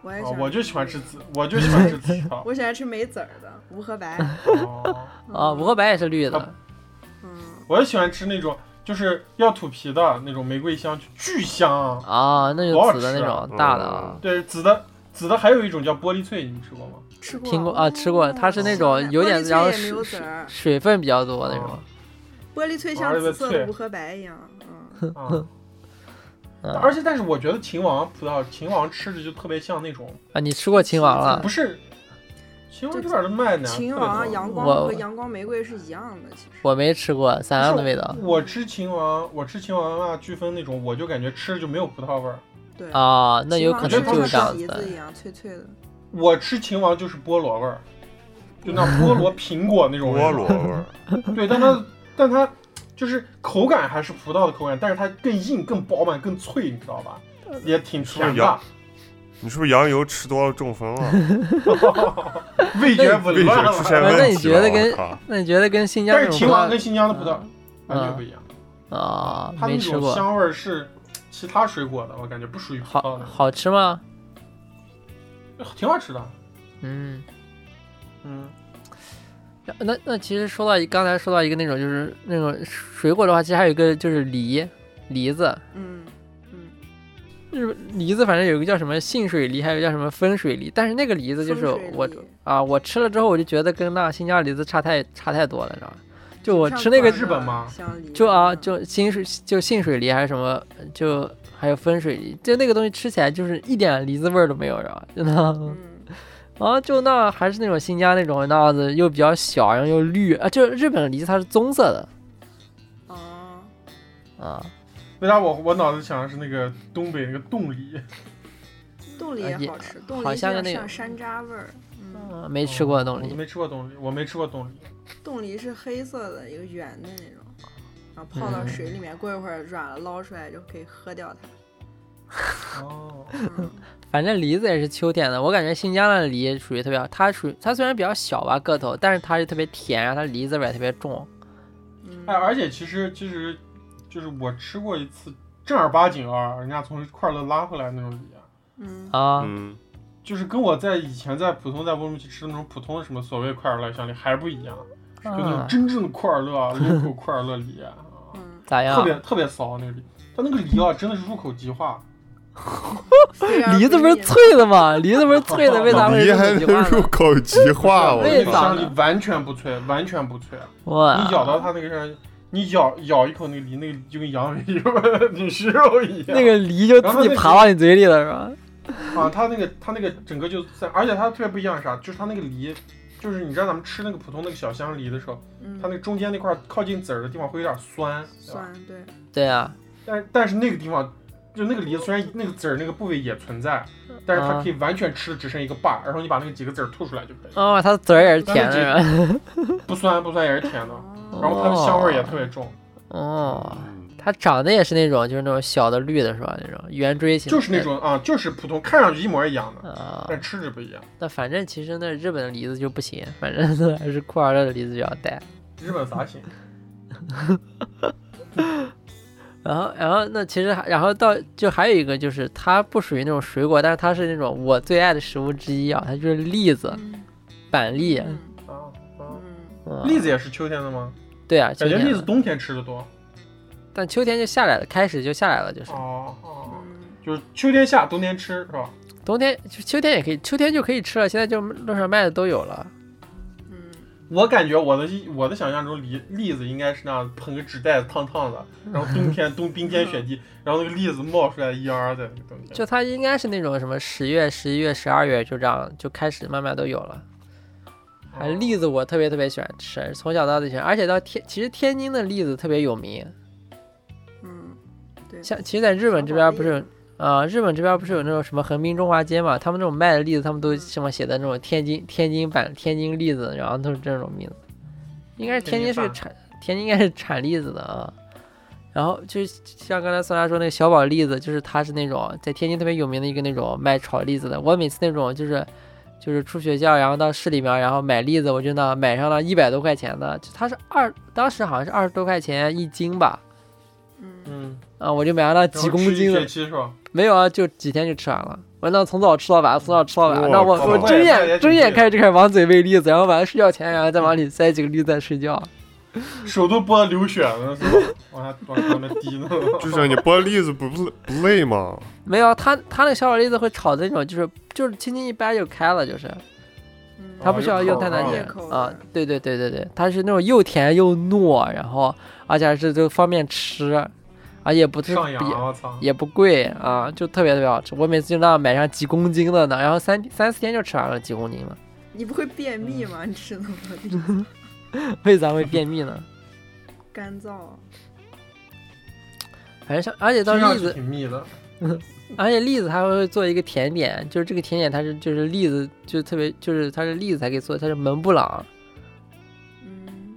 我也
嗯啊，
喜欢，
我就喜欢吃，啊紫，我就喜欢吃 紫葡萄。
我喜欢吃梅子儿的无核白。
哦，
啊，
嗯
五合白也是绿的
啊，
嗯，
我也喜欢吃那种就是要吐皮的那种玫瑰香，巨香啊。
啊，那
多
就
好
紫的那
吃啊
种大的啊，
对，紫的紫的还有一种叫玻璃脆，你们吃过吗？
吃过
苹果啊吃过，它是那
哦
种有点
玻璃
然后
脆也没
水
有籽儿，
水分比较多那种
哦。
玻璃脆像紫色的无核白一样。 嗯，
啊，
嗯
而且但是我觉得秦王葡萄，秦王吃着就特别像那种，
啊，你吃过秦王了
不？是秦王这边的卖呢。
秦
特
王、
别多
啊阳光
我
和阳光玫瑰是一样的，其实。
我没吃过，散样的味道
我吃秦王，我吃秦王啊，飓风那种，我就感觉吃着就没有葡萄味儿。
对，
啊，那有可能
秦王
就
就是是
这样
皮
子
子一
的。
样脆脆 的。
我吃秦王就是菠萝味儿，就那菠萝苹果那种味
菠
儿
萝味儿，
对，但它但它就是口感还是葡萄的口感，但是它更硬、更饱满、更脆，你知道吧？也挺甜的
羊，你是不是羊油吃多了中风了？
味觉紊
味
乱
觉出现
了。
问题
那你觉得
了
跟啊
我靠
那你觉得跟新疆
但
这种
是秦
葡
王跟
萄
新疆的葡萄完全
嗯
不一样，
啊
它那
没吃
种
过，
香味儿是其他水果的，我感觉不属于葡萄
好
的，
好吃吗？
挺好吃的。
嗯，
嗯，
那那其实说到刚才说到一个那种就是那种水果的话，其实还有一个就是梨，梨子。
嗯嗯，
日本梨子反正有一个叫什么杏水梨，还有一个叫什么枫水梨，但是那个梨子就是
枫水梨
我啊，我吃了之后我就觉得跟那新疆梨子差太差太多了，你知道吗？就我吃那个
日本吗
香梨
就啊
嗯
就杏水就杏水梨还是什么就还有枫水梨，就那个东西吃起来就是一点梨子味儿都没有，知道吧？真的。
嗯
然后就那还是那种新疆那种那样子，又比较小，然后又绿啊，就是日本的梨子它是棕色的
哦，
啊，
为啥我我脑子想的是那个东北那个冻梨？
冻梨
啊也
也好吃，冻
好
梨
像
像
那个
像山楂味儿。嗯，
嗯没吃过的东
哦我
西
没吃过冻梨，我没吃过冻梨。
冻梨是黑色的，一个圆的那种，然后泡到
嗯
水里面，过一会儿软了捞出来就可以喝掉 它。
哦，
嗯
反正梨子也是秋天的，我感觉新疆的梨属于特别好，它属于它虽然比较小吧个啊头，但是它是特别甜，然后它梨子味儿特别重。
嗯
哎，而且其实其实就是我吃过一次正儿八经啊，人家从快乐拉回来那种李啊，
嗯，
啊，
嗯，
就是跟我在以前在普通在乌鲁木齐吃的那种普通什么所谓快乐香里还不一样，就那种
啊
真正的快 乐啊 local 快乐里啊，
嗯，
咋
特
样？
别特别骚啊那个梨，但那个梨啊真的是入口即化，
虽然
梨子不是
腻
脆的吗？梨子不是脆的，为 啥会
梨
这么
还
喜欢
能入
呢？
口即
啊
化，我
味
那
味
个
道
香
呢
梨完全不脆，完全不脆，
啊
你咬
哇，
到它那个上，你咬咬一口那个梨，那个梨就跟羊肉一样 你食肉一样。
那个梨就自己爬到你嘴里了是吧？
啊，它那个它那个整个就在，而且它特别不一样是啥，就是它那个梨，就是你知道咱们吃那个普通那个小香梨的时候，
嗯，
它那个中间那块靠近籽儿的地方会有点酸，对吧？
酸对，
对啊，
但但是那个地方。就那个梨，虽然那个籽儿那个部位也存在，
嗯
但是
啊
它可以完全吃的只剩一个把，然后你把那个几个籽儿吐出来就可以，
哦，它嘴儿也是甜的是吧？
不酸不酸也是甜
啊
的，
哦
然后它的香味儿也特别重，
哦，
嗯
它长得也是那种就是那种小的绿的是吧？那种圆锥形的，
就是那种啊，就是普通看上去一模一样的，
啊。
但吃着不一样。
那反正其实那日本的梨子就不行，反正 都还是库尔勒的梨子比较带。
日本 啥行？
然后，然后那其实还，然后到就还有一个就是它不属于那种水果，但是它是那种我最爱的食物之一啊，它就是栗子、
嗯
板栗。
嗯
啊啊！
嗯
嗯
栗子也是秋天的吗？
对啊，秋
感觉
天
栗
的
子冬天吃的多。
但秋天就下来了，开始就下来了，就是
哦哦，
嗯
就是秋天下，冬天吃是吧？
冬天就秋天也可以，秋天就可以吃了，现在就路上卖的都有了。
嗯，
我感觉我的我的想象中梨栗子应该是那样捧个纸袋子烫烫的，然后 冬天冬冰天雪地，然后那个栗子冒出来一儿的那个东西。
就它应该是那种什么十月、十一月、十二月就这样就开始慢慢都有了。
哦啊
哎，栗子我特别特别喜欢吃，从小到大就喜欢，而且到天，其实天津的栗子特别有名。
嗯，对，
像其实，在日本这边不是有啊、日本这边不是有那种什么横滨中华街嘛？他们那种卖的栗子，他们都什么写的那种天津天津版天津栗子，然后都是这种名字。应该是天津是
天津
产天津应该是产栗子的啊。然后就像刚才宋佳说那个小宝栗子，就是它是那种在天津特别有名的一个那种卖炒栗子的。我每次那种就是就是出学校，然后到市里面，然后买栗子，我就那买上了一百多块钱的，就它是二当时好像是二十多块钱一斤吧，
嗯
嗯，
啊，我就买了
然
几
后
公
吃一
斤啊的
学。期是吧？
没有啊，就几天就吃完了。我那从早吃到晚，从早吃到
哎
晚。
哇
那我
靠
我睁
那也
眼睁
挺
眼
厉害
开始就开始往嘴喂栗子，然后晚上睡觉前，然后再往里塞几个栗子再睡觉。
手都剥流血了，是吧往下往上面滴呢。
就是你剥栗子不累不 累吗？
没有，啊他他那个小炒栗子会炒的那种，就是就是轻轻一掰就开了，就是
嗯，
它不需要用太难
哦
碱
裂口的
啊。对对对对对，它是那种又甜又糯，然后而且还是就方便吃，而且不是
上
也
扬，我操！
也不贵啊，就特别特别好吃。我每次就那样买上几公斤的呢，然后三三四天就吃完了几公斤了。
你不会便秘
嗯
吗？你吃那么多 栗子，
为啥会便秘呢？
干燥，
反正像而且到
听上
栗
去
子
挺密的。
而且栗子它会做一个甜点，就是这个甜点它是就是栗子，就特别就是它是栗子才可以做，它是蒙布朗，
嗯，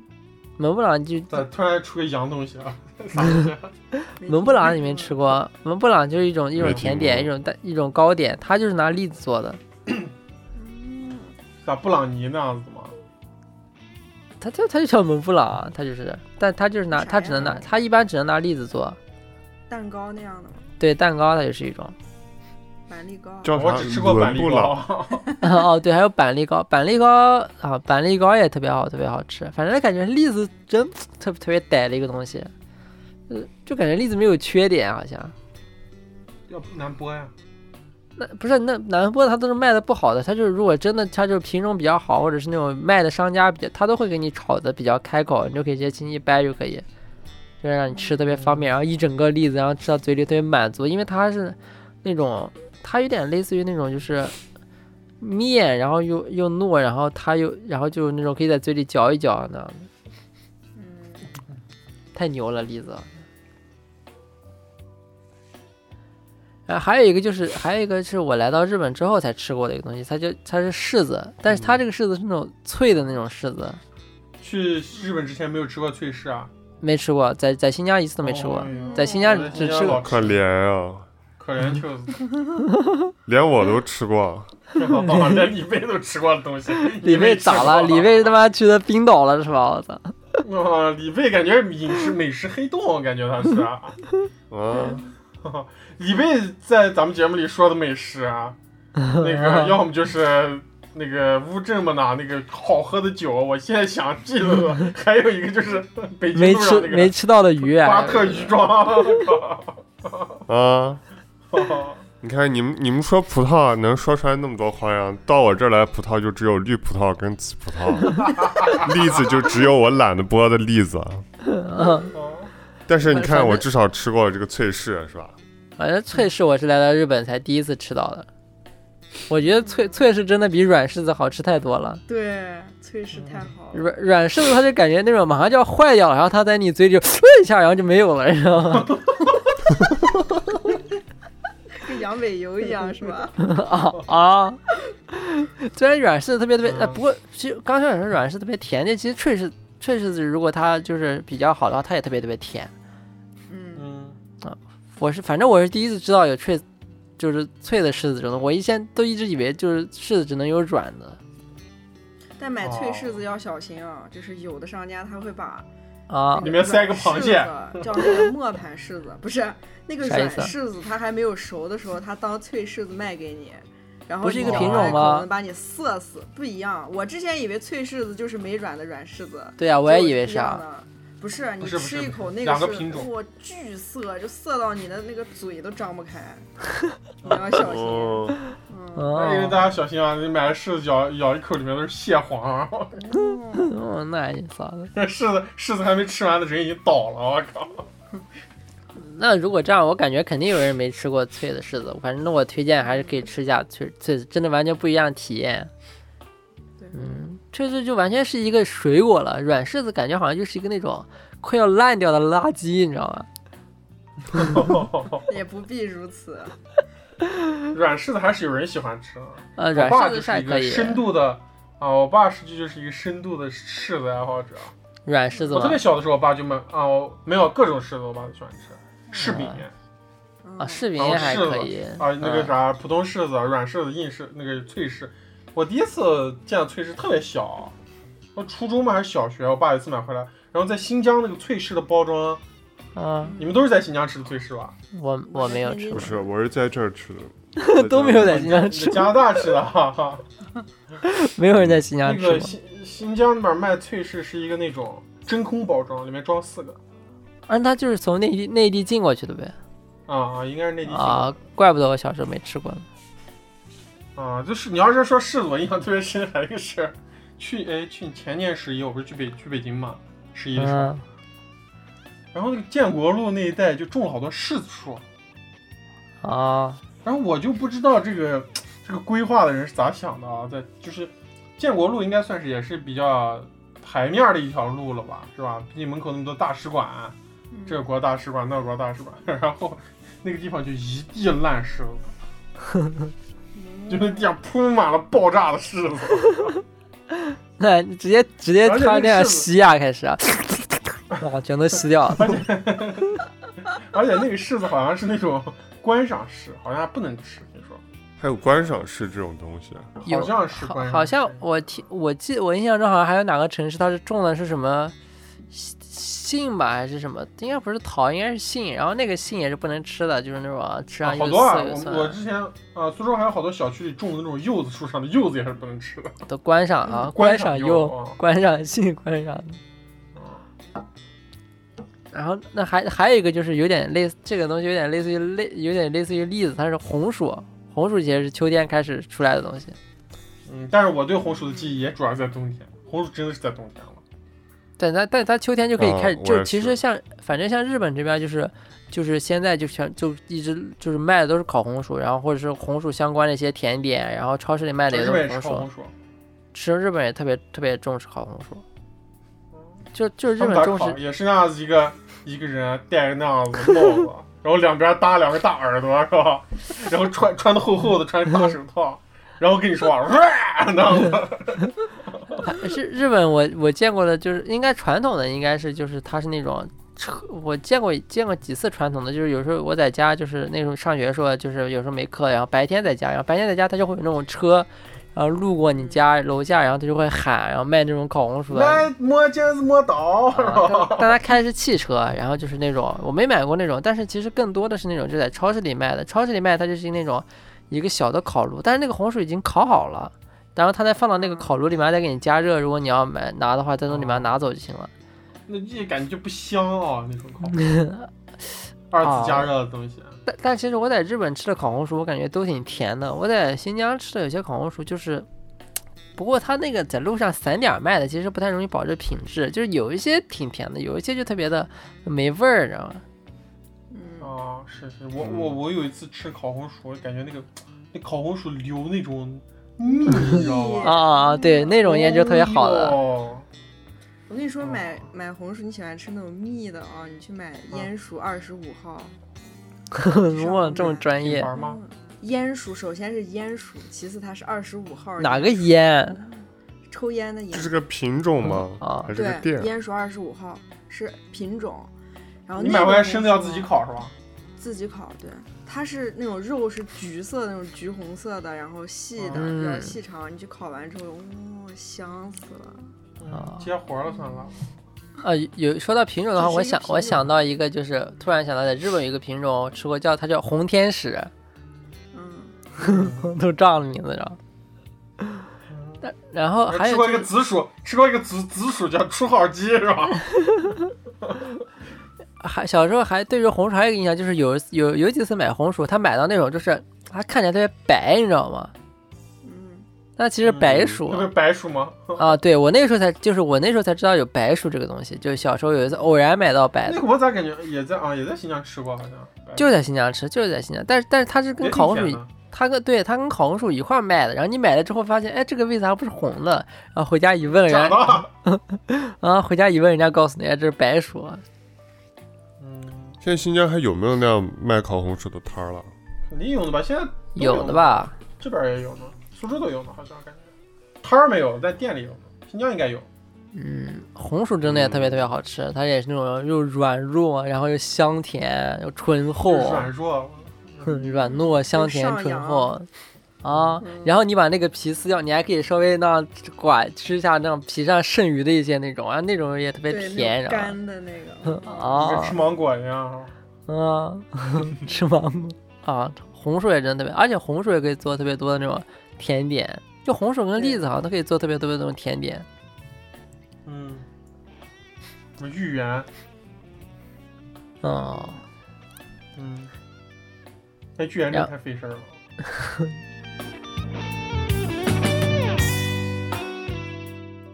蒙布朗就
咋突然出个洋东西 啊？啥东西啊？
没
蒙布朗你没吃过？啊蒙布朗就是一种一种
没听
甜点，
过
一种蛋一种糕点，它就是拿栗子做的，
嗯，
咋布朗尼那样子吗？
它就它就叫蒙布朗，啊它就是，但它就是拿
啥呀
它只能拿它一般只能拿栗子做，
蛋糕那样的吗？
对蛋糕它也是一种，
板栗糕，
叫
我
啥
只吃过板
伦
栗
布朗？
糕。
哦对，还有板栗糕，板栗糕啊板栗糕也特别好，特别好吃，反正感觉栗子真特特别逮的一个东西，呃就感觉栗子没有缺点好像。
要不难剥呀？
那不是那南波，它都是卖的不好的，它就是如果真的它就是品种比较好，或者是那种卖的商家比较，他都会给你炒的比较开口，你就可以直接轻轻一掰就可以，就是让你吃特别方便，然后一整个栗子，然后吃到嘴里特别满足，因为它是那种它有点类似于那种就是面，然后又又糯，然后它又然后就那种可以在嘴里嚼一嚼那样的，
嗯，
太牛了栗子。然啊后还有一个就是，还有一个是我来到日本之后才吃过的一个东西，它就它是柿子，但是它这个柿子是那种脆的那种柿子，
去日本之前没有吃过脆柿啊？
没吃过，在在新疆一次都没吃过
哎，呦
在新疆
我在
只
新
吃
疆老
过，
可怜啊，
可怜秋子，
连我都吃过。
连李贝都吃过的东西。
李卫咋了？李卫他妈去的冰岛了是吧？我操！
啊，李贝感觉饮食美食黑洞，感觉他是啊。
啊，
李贝在咱们节目里说的美食 啊，那个要么就是那个乌镇嘛那那个好喝的酒，我现在想记得了， 还有一个就是北京
没
路上
吃
那
没
个
吃到的鱼，啊
巴特鱼庄。
啊！你看你们你们说葡萄能说出来那么多花样，到我这儿来葡萄就只有绿葡萄跟紫葡萄， 栗子就只有我懒得剥的栗子。
嗯
但是你看，我至少吃过这个脆柿，是吧？
反正脆柿我是来到日本才第一次吃到的，我觉得脆脆柿真的比软柿子好吃太多了。
对，脆柿
嗯
太好了。
软软柿子它就感觉那种马上就要坏掉了，然后它在你嘴里就呃一下，然后就没有了，你知道吗？
跟杨尾油一样是 吧？
啊啊！虽然软柿子特别特别，呃，不过其实刚开始说软柿子特别甜，但其实脆柿脆柿子如果它就是比较好的话，它也特别特别甜。
嗯，
嗯，
我是反正我是第一次知道有脆，就是脆的柿子这种，我以前都一直以为就是柿子只能有软的
但买脆柿子要小心啊，就是有的商家他会把
啊
里面塞个螃蟹
软柿子叫那个磨盘柿子，不是那个
啥意
软
思啊
柿子，它还没有熟的时候，它当脆柿子卖给你。然后
不是一
个
你
品
咬开
种吗
可能把你涩死，不一样。我之前以为脆柿子就是没软的软柿子，
对啊，我也以为
就是一样
啊。
的。不是你
不是不是
吃一口
不是
那
两个
柿
品
子，
种
哇，巨涩，就涩到你的那个嘴都 张不开，你要小心。
哦，
嗯，
因为
哦，
大家小心啊，你买了柿子咬咬一口，里面都是蟹黄，
哦那你嫂子，
柿子柿子还没吃完的人已经倒了，我靠！
那如果这样，我感觉肯定有人没吃过脆的柿子。反正我推荐还是可以吃一下脆脆的，真的完全不一样的体验。
对
嗯，脆柿就完全是一个水果了，软柿子感觉好像就是一个那种快要烂掉的垃圾，你知道吗？
也不必如此。
软柿子还是有人喜欢吃的。
呃，
我
软
爸
柿
就
子
是
还
一
可
个
以，
深度的啊，我爸实际就是一个深度的柿子爱好者。
软柿子
我特别
吗？
小的时候，我爸就买啊，我没有各种柿子，我爸都喜欢吃柿饼
嗯
啊，柿饼
然后
也还
柿子
可以嗯
啊，那个啥普通柿子、软柿子、硬柿那个脆柿。我第一次见到脆柿特别小，我初中吧还是小学，我爸有一次买回来，然后在新疆那个脆柿的包装，
啊，
你们都是在新疆吃的脆柿吧？
我我没有吃
不
过，
是，我是在这儿吃的，
都没有在
家
新疆吃，
加拿大吃的，哈哈。
没有人在新疆
那
吃过
个。新新疆那边卖脆柿是一个那种真空包装，里面装四个
啊，它就是从内地内地进过去的呗。
啊啊，应该是内地进口
啊，怪不得我小时候没吃过呢。
啊，就是你要是说柿子，我印象特别深，还有一个事儿，去哎去前年十一，我不是去北去北京嘛，十一的时候，
嗯，
然后那个建国路那一带就种了好多柿子树，
啊，
然后我就不知道这个这个规划的人是咋想的啊，在就是建国路应该算是也是比较牌面儿的一条路了吧，是吧？毕竟门口那么多大使馆，
嗯
这个国家大使馆，那个国家大使馆， 然后那个地方就一地烂柿子，就那地上铺满了爆炸的柿子。
那你直接直接
而且
突然
那
这样
柿子
吸啊，开始啊，哇，全都吸掉了。
而且那个柿子好像是那种观赏柿，好像还不能吃。你说
还有观赏柿这种东西，啊
有
好像 是
好
观，赏柿，
好像我听我记我印象中好像还有哪个城市它是种的是什么杏杏吧还是什么，应该不是桃，应该是杏。然后那个杏也是不能吃的，就是那种啊吃
啊
上又
好多啊！
涩又
我我
酸，
之前啊、呃苏州还有好多小区里种的那种柚子树上的柚子也是不能吃 的。
都观赏啊，
观
观
赏
赏
柚
柚
哦，
观赏杏，观赏。然后那还还有一个就是有点类似这个东西，有点类似于类有点类似于栗子，它是红薯，红薯其实是秋天开始出来的东西。
嗯，但是我对红薯的记忆也主要是在冬天，红薯真的是在冬天了。
对，它但它秋天就可以开始，
啊我
就
也
其
是
实像反正像日本这边就是就是现在就全就一直就是卖的都是烤红薯，然后或者是红薯相关的一些甜点，然后超市里卖的也
日
都
本
是
也吃
红
烤红
薯。
薯，
吃日本也特别特别重视烤红薯，就就是
他
日本
们咋
重
烤
视
也是那样子一个一个人戴个那样子帽子，然后两边搭两个大耳朵是吧？ 然后穿穿的厚厚的，穿个大手套，然后跟你 说话，哇那样子。
是日本我我见过的，就是应该传统的应该是就是它是那种车，我见过见过几次传统的，就是有时候我在家就是那时候上学的时候就是有时候没课，然后白天在家，然后白天在家它就会有那种车，然后路过你家楼下，然后他就会喊，然后卖那种烤红啊薯的。
来摸尖子摸倒，是吧
啊但但他开的是汽车，然后就是那种我没买过那种，但是其实更多的是那种就在超市里卖的。超市里卖它就是那种一个小的烤炉，但是那个红薯已经烤好了，然后它再放到那个烤炉里面再给你加热。如果你要买拿的话，再从里面拿走就行了。
那这感觉就不香啊，那种烤
嗯
红薯
哦
二次加热的东西，
但但其实我在日本吃的烤红薯，我感觉都挺甜的。我在新疆吃的有些烤红薯就是，不过它那个在路上散点儿卖的，其实不太容易保证品质，就是有一些挺甜的，有一些就特别的没味儿，知道吗？
嗯，
啊，是是，我我我有一次吃烤红薯，感觉那个那烤红薯流那种蜜，
嗯
你知道吧？
啊啊，啊对，那种腌制特别好的。
哦
我跟你说，
哦
买买红薯你喜欢吃那种蜜的啊，你去买
嗯
烟薯二十五号。
哇，这么专业
品，牌吗？
烟薯首先是烟薯，其次它是二十五号。
哪个？腌？
嗯抽烟的烟
这。是个品种吗？
啊
还是个
对，
店？
烟薯二十五号是品种。然后
你买
那
回
种
来
红
生的要
薯
自己
呢
烤是吧？
自己烤，对，它是那种肉是橘色的那种橘红色的，然后细的，
嗯
比较细长，你去烤完之后，哇、香死了！
啊
嗯接活儿了算了。
啊，有说到品种的话，
这是
我
一个
想
品
我
种
想到一个，就是突然想到在日本有一个品种我吃过，叫它叫红天使，
嗯，
都这样的名字，知道吗？但然后
我
哦还
吃
有
过一
就
个
是
紫薯，吃过一个紫紫薯叫出好鸡是 吧？
还小时候还对于红薯还有一个印象，就是有一次有有几次买红薯，他买到那种就是它看起来特别白，你知道吗？
嗯，
但其实白薯
那不是白薯吗？
啊，对我那时候才就是我那时候才知道有白薯这个东西，就是小时候有一次偶然买到白
那
的，
个我咋感觉也在啊，也在新疆吃过好像。白薯
就是在新疆吃，就是在新疆，但是但是它是跟烤红薯
也
一
挺甜的
它跟对它跟烤红薯一块儿卖的，然后你买了之后发现，哎，这个为啥不是红的？然后回家一问，人
假
家
的。
啊，回家一问，人家告诉你，哎，这是白薯。
嗯，
现在新疆还有没有那样卖烤红薯的摊儿了？
肯定有的吧？现在都
有的？吧？
这边也有呢，苏州都有呢，好像感觉。摊儿没有，但店里有呢。新疆应该有。
嗯，红薯真的也特别
嗯
特别好吃，它也是那种又软糯，然后又香甜又醇厚，
就是软弱。
哼软糯香甜
上
醇
扬
厚啊。
嗯
然后你把那个皮撕掉，你还可以稍微那样刮吃一下那种皮上剩余的一些那种，啊，那种也特别
对，那
甜，
种
然后
干的那 个，哦
跟
啊
吃芒果一样。
啊， 吃芒果啊，红薯也真的特别，而且红薯也可以做特别多的那种甜点，就红薯跟栗子好像都可以做特别多的那种甜点。
嗯。什么芋圆？
嗯，
嗯。那芋圆真的太费事儿了。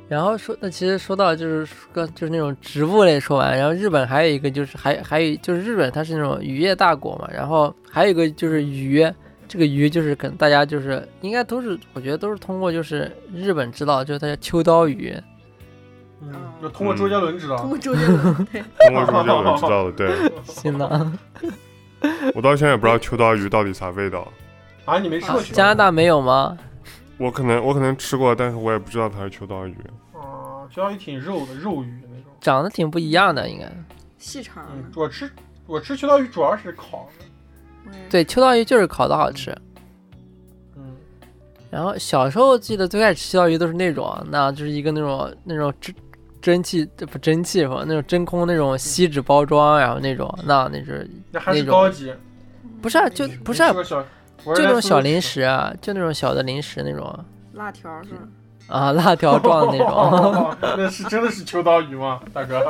然后说，那其实说到就是跟就是那种植物类说完，然后日本还有一个就是还还有就是日本它是那种渔业大国嘛，然后还有一个就是鱼，这个鱼就是跟大家就是应该都是我觉得都是通过就是日本知道，就是它叫秋刀鱼，
嗯
哦，
就通过
嗯
周杰伦知
哦
道
通。过周杰伦，对，
通过中间我知道的。对，
行 的。
我到现在也不知道秋刀鱼到底啥味道。
啊，你没吃过秋刀鱼？
加拿大没有吗？
我可能我可能吃过，但是我也不知道它是秋刀鱼。
啊，秋刀鱼挺肉的，肉鱼那种。
长得挺不一样的，应该。
细长
嗯，
的，
我吃我吃秋刀鱼主要是烤的。
我也是，
对，秋刀鱼就是烤的好吃。
嗯，
然后小时候记得最开始吃秋刀鱼都是那种，那就是一个那种那种蒸蒸汽这不蒸汽吧，那种真空那种锡纸包装，然后那种那那就是
那还
那
是
种
高级。
不
嗯
是啊就不是啊
你吃过小，
就
我是在
那种
苏
小
州
零
吃
食啊，就那种小的零食那种
辣条是吧？
啊，辣 条状的那种，
那种。 那是真的是秋刀鱼吗，大哥？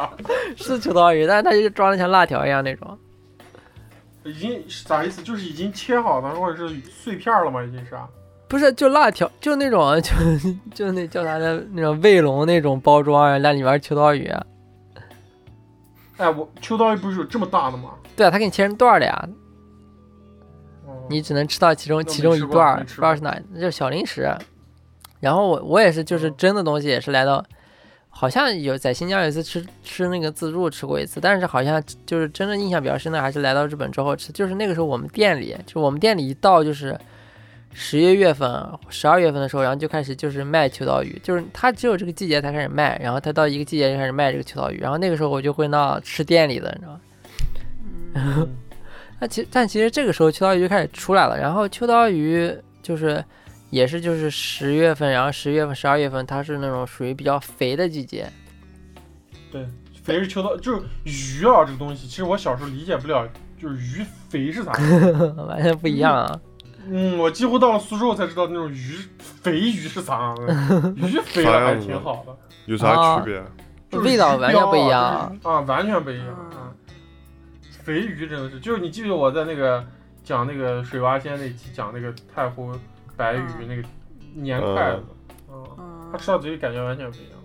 是秋刀鱼，但是它就装的像辣条一样那种。
已经是啥意思？就是已经切好的或者是碎片了吗？已经是啊？
不是，就辣条，就那种，啊就就那叫啥的，那种卫龙那种包装，啊然后里面是秋刀鱼，啊
哎，我秋刀鱼不是有这么大的吗？
对啊，它给你切成段儿的呀，
哦
你只能吃到其中
那我
其
没
中一
吃过
段儿，
没
不
吃
知道
过
是哪，那就是小零食。然后我我也是，就是
嗯
真的东西也是来到，好像有在新疆有一次吃吃那个自助吃过一次，但是好像就是真正印象比较深的还是来到日本之后吃，就是那个时候我们店里，就我们店里一到就是十一月份、十二月份的时候，然后就开始就是卖秋刀鱼，就是它只有这个季节才开始卖，然后它到一个季节就开始卖这个秋刀鱼，然后那个时候我就会那吃店里的，你知道吗？
嗯，
那其但其实这个时候秋刀鱼就开始出来了，然后秋刀鱼就是也是就是十月份，然后十月份、十二月份它是那种属于比较肥的季节。
对，肥是秋刀，就是鱼啊，这个东西，其实我小时候理解不了，就是鱼 肥是啥。
完全不一样啊！
嗯，我几乎到了苏州才知道那种鱼肥鱼 是啥，啊鱼肥了还挺好的，
有啥区别？
啊
就是
味道完全不一样
啊
啊，
啊完全不一样
嗯
啊！肥鱼真的是，就是你记不记得我在那个讲那个水蛙仙那期讲那个太湖白鱼
嗯
那个粘筷子，啊，
嗯
它，吃到嘴里感觉完全不一样。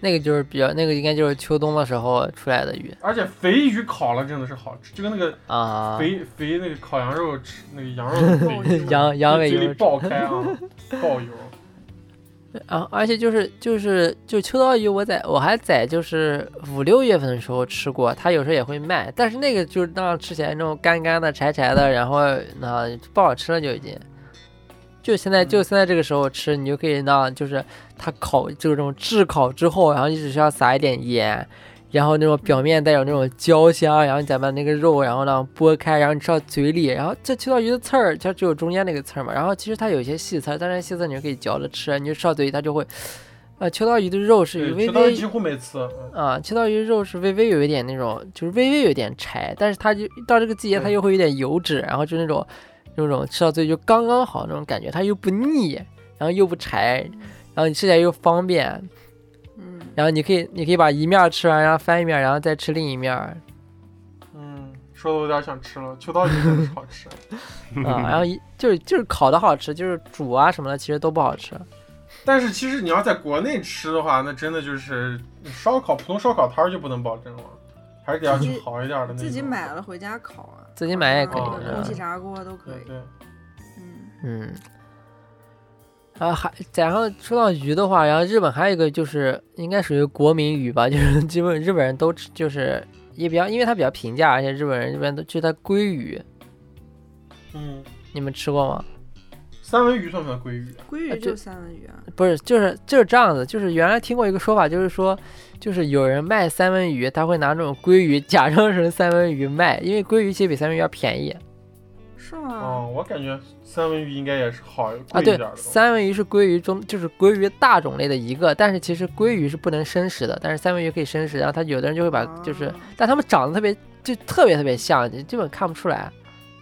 那个就是比较那个应该就是秋冬的时候出来的鱼
而且肥鱼烤了真的是好吃，就跟那个
啊。
肥肥那个烤羊肉吃那个羊肉 的肥
肉
羊羊尾
嘴
鱼
里爆开 啊，爆油。
啊，而且就是就是就秋刀鱼，我在我还在就是五六月份的时候吃过，它有时候也会卖，但是那个就是那吃起来那种干干的、柴柴的，然后那不好吃了就已经。就现在就
嗯
现在这个时候吃，你就可以那就是它烤就是这种炙烤之后，然后你只需要撒一点盐。然后那种表面带有那种焦香，然后你再把那个肉，然后呢剥开，然后你吃到嘴里，然后这秋刀鱼的刺儿，它只有中间那个刺儿嘛。然后其实它有一些细刺儿，但是细刺儿你就可以嚼着吃，你就吃到嘴里它就会，呃，秋刀鱼的肉是
对，
有微
吃到
微
几乎每次，嗯
啊，秋刀鱼肉是微微有一点那种，就是微微有一点柴，但是它就到这个季节它
对
又会有点油脂，然后就那种那种吃到最后就刚刚好那种感觉，它又不腻，然后又不柴，然后你吃起来又方便，
嗯，
然后你可以你可以把一面儿吃完，然后翻一面儿，然后再吃另一面儿
嗯，说的我有点想吃了，秋刀鱼真的是好 吃。
啊，然后一就是就是烤的好吃，就是煮啊什么的其实都不好吃。
但是其实你要在国内吃的话，那真的就是烧烤，普通烧烤摊儿就不能保证了，还是得要
自
去
己
好一点的那种。
自己买了回家烤啊，
自己买也可以
啊
嗯
空气炸锅都可
对
以。
对，
嗯，
嗯，啊还然后说到鱼的话，然后日本还有一个就是应该属于国民鱼吧， 就是基本日本人都吃，就是也比较，因为它比较平价，而且日本人这边都就它鲑鱼，
嗯，
你们吃过吗？
三文鱼算不算鲑鱼啊？
鲑
啊
鱼
这
就三文鱼啊，
不是，就是就是这样子，就是原来听过一个说法，就是说，就是有人卖三文鱼，他会拿这种鲑鱼 假装成三文鱼卖，因为鲑鱼其实比三文鱼要便宜
是吗？
哦，我感觉三文鱼应该也是好
啊。
贵
对
一点的，东西。
三文鱼是鲑鱼中就是鲑鱼大种类的一个，但是其实鲑鱼是不能生食的，但是三文鱼可以生食，然后他有的人就会把就是
啊，
但他们长得特别就特别特别像，你基本看不出来。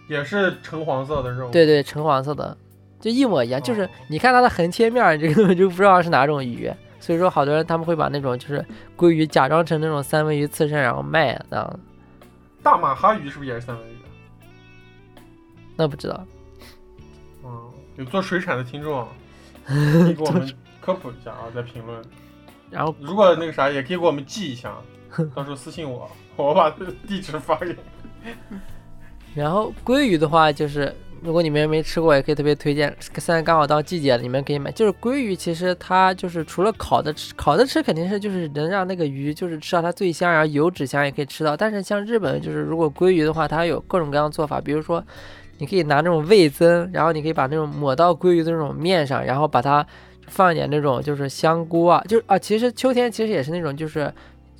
也是橙黄色的肉。
对对，橙黄色的，就一模一样，就是
哦
你看它的横切面儿，你这个根本就不知道是哪种鱼。所以说，好多人他们会把那种就是鲑鱼假装成那种三文鱼刺身，然后卖啊那样。
大马哈鱼是不是也是三文鱼？啊
那不知道，
嗯，有做水产的听众啊，可以给我们科普一下啊，在评论。
然后
如果那个啥，也可以给我们寄一下啊，到时候私信我，我把地址发给你。
然后鲑鱼的话，就是如果你们没吃过，也可以特别推荐。现在刚好到季节了，你们可以买。就是鲑鱼，其实它就是除了烤的吃，烤的吃肯定是就是能让那个鱼就是吃到它最香，然后油脂香也可以吃到。但是像日本就是如果鲑鱼的话，它有各种各样的做法，比如说。你可以拿那种味增，然后你可以把那种抹到鲑鱼的那种面上，然后把它放一点那种就是香菇啊，就是啊，其实秋天其实也是那种就是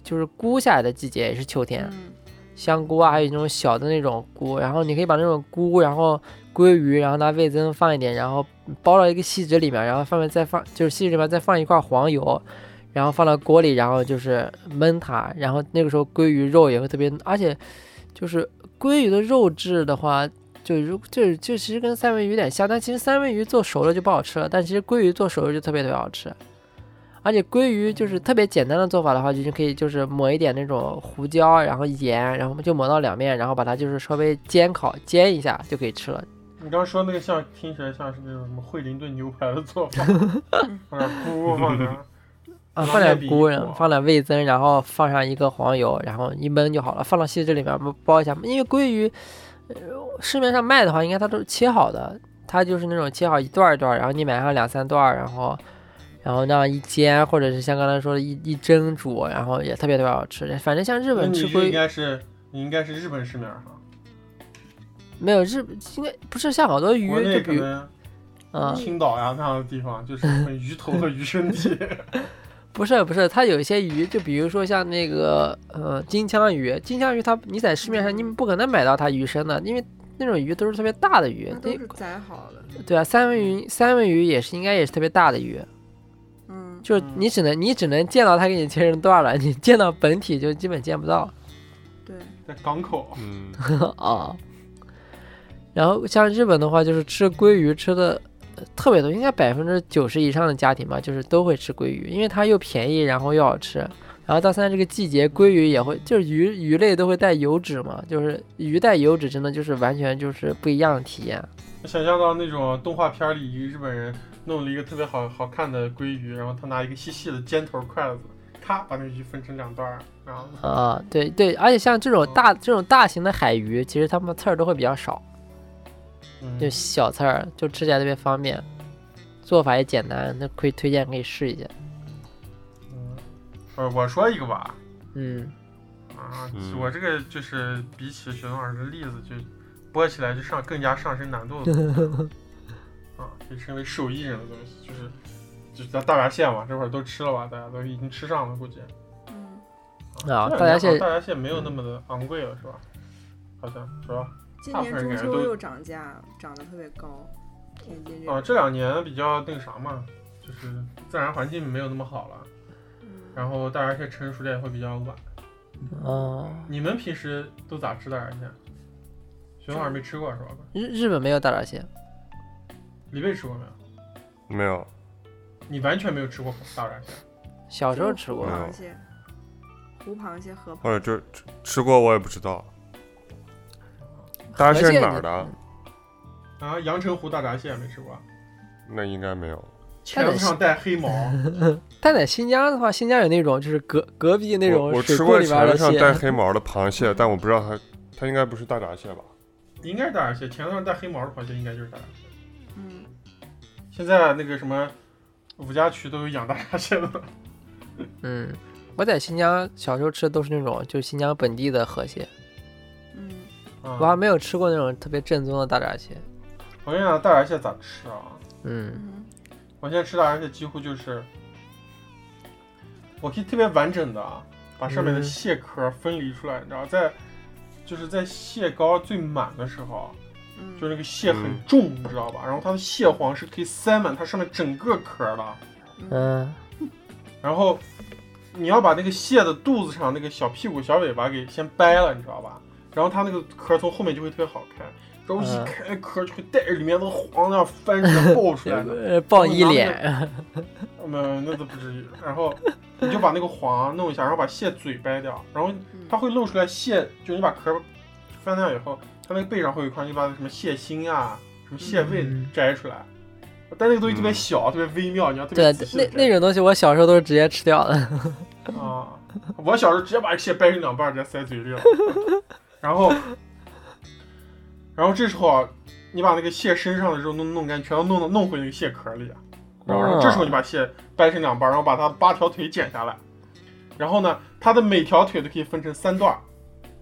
就是菇下来的季节，也是秋天。
嗯，
香菇啊，还有那种小的那种菇，然后你可以把那种菇，然后鲑鱼，然后拿味增放一点，然后包到一个锡纸里面，然后上面再放，就是锡纸里面再放一块黄油，然后放到锅里，然后就是焖它，然后那个时候鲑鱼肉也会特别，而且就是鲑鱼的肉质的话，就如就就其实跟三文鱼有点像，但其实三文鱼做熟了就不好吃了，但其实鲑鱼做熟了就特别特别好吃。而且鲑鱼就是特别简单的做法的话，就是可以就是抹一点那种胡椒，然后盐，然后就抹到两面，然后把它就是稍微煎烤煎一下就可以吃了。
你刚说那个像听起来像是那种什么惠灵顿牛排的做法，放点菇，放点
啊，
然后
放
再
点
比
菇，
一
然后
锅
放点味增，然后放上一个黄油，然后一焖就好了。放到锡纸里面包包一下，因为鲑鱼，呃，市面上卖的话，应该它都是切好的，它就是那种切好一段儿一段儿，然后你买上两三段儿，然后，然后那样一煎，或者是像刚才说的一一蒸煮，然后也特别特别好吃。反正像日
那
本
你
吃
这
鲑
应
鱼，
该是你应该是日本市面儿啊哈，
没有日应该不是像好多鱼
国，
就
内可
比如
能
嗯，
青岛呀那样的地方就是很鱼头和鱼身体。
不是不是，它有一些鱼，就比如说像那个呃金枪鱼，金枪鱼它你在市面上你不可能买到它鱼身的，因为那种鱼都是特别大的鱼
那，都
对
是嗯宰好的，
对啊，三文鱼三文鱼也是应该也是特别大的鱼，
嗯，
就是
嗯
你只能你只能见到它给你切成段儿了，你见到本体就基本见不到
对，
在港口，
嗯，
啊。然后像日本的话，就是吃鲑鱼吃的特别多，应该百分之九十以上的家庭吧，就是都会吃鲑鱼，因为它又便宜，然后又好吃。然后到现在这个季节，鲑鱼也会，就是鱼鱼类都会带油脂嘛，就是鱼带油脂，真的就是完全就是不一样的体验。
想象到那种动画片里一个日本人弄了一个特别好好看的鲑鱼，然后他拿一个细细的尖头筷子，咔把那个鱼分成两段儿，然后
啊，对对，而且像这种大这种大型的海鱼，其实它们刺儿都会比较少，
嗯
就小刺儿，就吃起来特别方便，做法也简单，那可以推荐可以试一下。
嗯，呃，我说一个吧，
嗯，
啊，
嗯
我这个就是比起雪松老师的例子，就播起来就上更加上升难度了。 啊，这是因为手艺人的东西，就是就是咱大闸蟹嘛，这会儿都吃了吧，大家都已经吃上了，估计。
嗯，
啊
这两年
大闸蟹嗯
好像大闸蟹没有那么的昂贵了，是吧？好像是吧？
今
大部
年
分
中
人
秋
都
又涨价，涨得特别高，天津这
啊，
边，
这两年比较那个啥嘛，就是自然环境没有那么好了，
嗯，
然后大闸蟹成熟的也会比较晚。
哦，
你们平时都咋吃大闸蟹？雪松老师没吃过是吧？
日日本没有大闸蟹，
李贝吃过没有？
没有，
你完全没有吃过大闸蟹。
小时候吃过
湖
嗯
螃蟹，湖螃蟹、河
或者
螃蟹，
就吃吃过我也不知道。大
河
闸
蟹
蟹哪儿的？
啊，阳澄湖大闸蟹没吃过，
那应该没有。
钳子上带黑毛，
但在新疆的话，新疆有那种就是隔隔壁那
我我
种水
吃
库
过
里边
钳
的
子上带
蟹，
黑毛的螃蟹，但我不知道它，它应该不是大闸蟹吧？
应该是大闸蟹，钳子上带黑毛的螃蟹应该就是大闸蟹。
嗯，
现在那个什么五家渠都有养大闸蟹的了，
嗯，我在新疆小时候吃的都是那种就新疆本地的河蟹，
嗯，
我还
啊，
没有吃过那种特别正宗的大闸蟹。
我跟你讲，大闸蟹咋吃啊？
嗯，
嗯，
我现在吃大闸蟹几乎就是，我可以特别完整的啊，把上面的
嗯
蟹壳分离出来，你知道，在就是在蟹膏最满的时候，啊
嗯，
就是那个蟹很重，你知道吧？然后它的蟹黄是可以塞满它上面整个壳的。
嗯，
嗯，
然后你要把那个蟹的肚子上那个小屁股、小尾巴给先掰了，你知道吧？然后它那个壳从后面就会特别好看，然后一
嗯
开壳就会带着里面的黄啊那样翻出来 爆出来的，
嗯
呃，爆你一脸，
嗯，那都不至于。然后你就把那个黄弄一下，然后把蟹嘴掰掉，然后它会露出来蟹，就是你把壳翻掉以后，它那个背上会有一块，你把什么蟹心啊、什么蟹胃
嗯
摘出来。但那个东西特别
嗯
小，特别微妙，你要特
对
别仔，细
那
地摘
那种东西我小时候都是直接吃掉的。
啊，我小时候直接把蟹掰成两半儿，直接塞嘴里了。然后，然后这时候啊，你把那个蟹身上的肉弄弄干，全都弄到弄回那个蟹壳里。然后哦这时候你把蟹掰成两半儿，然后把它八条腿剪下来。然后呢，它的每条腿都可以分成三段儿。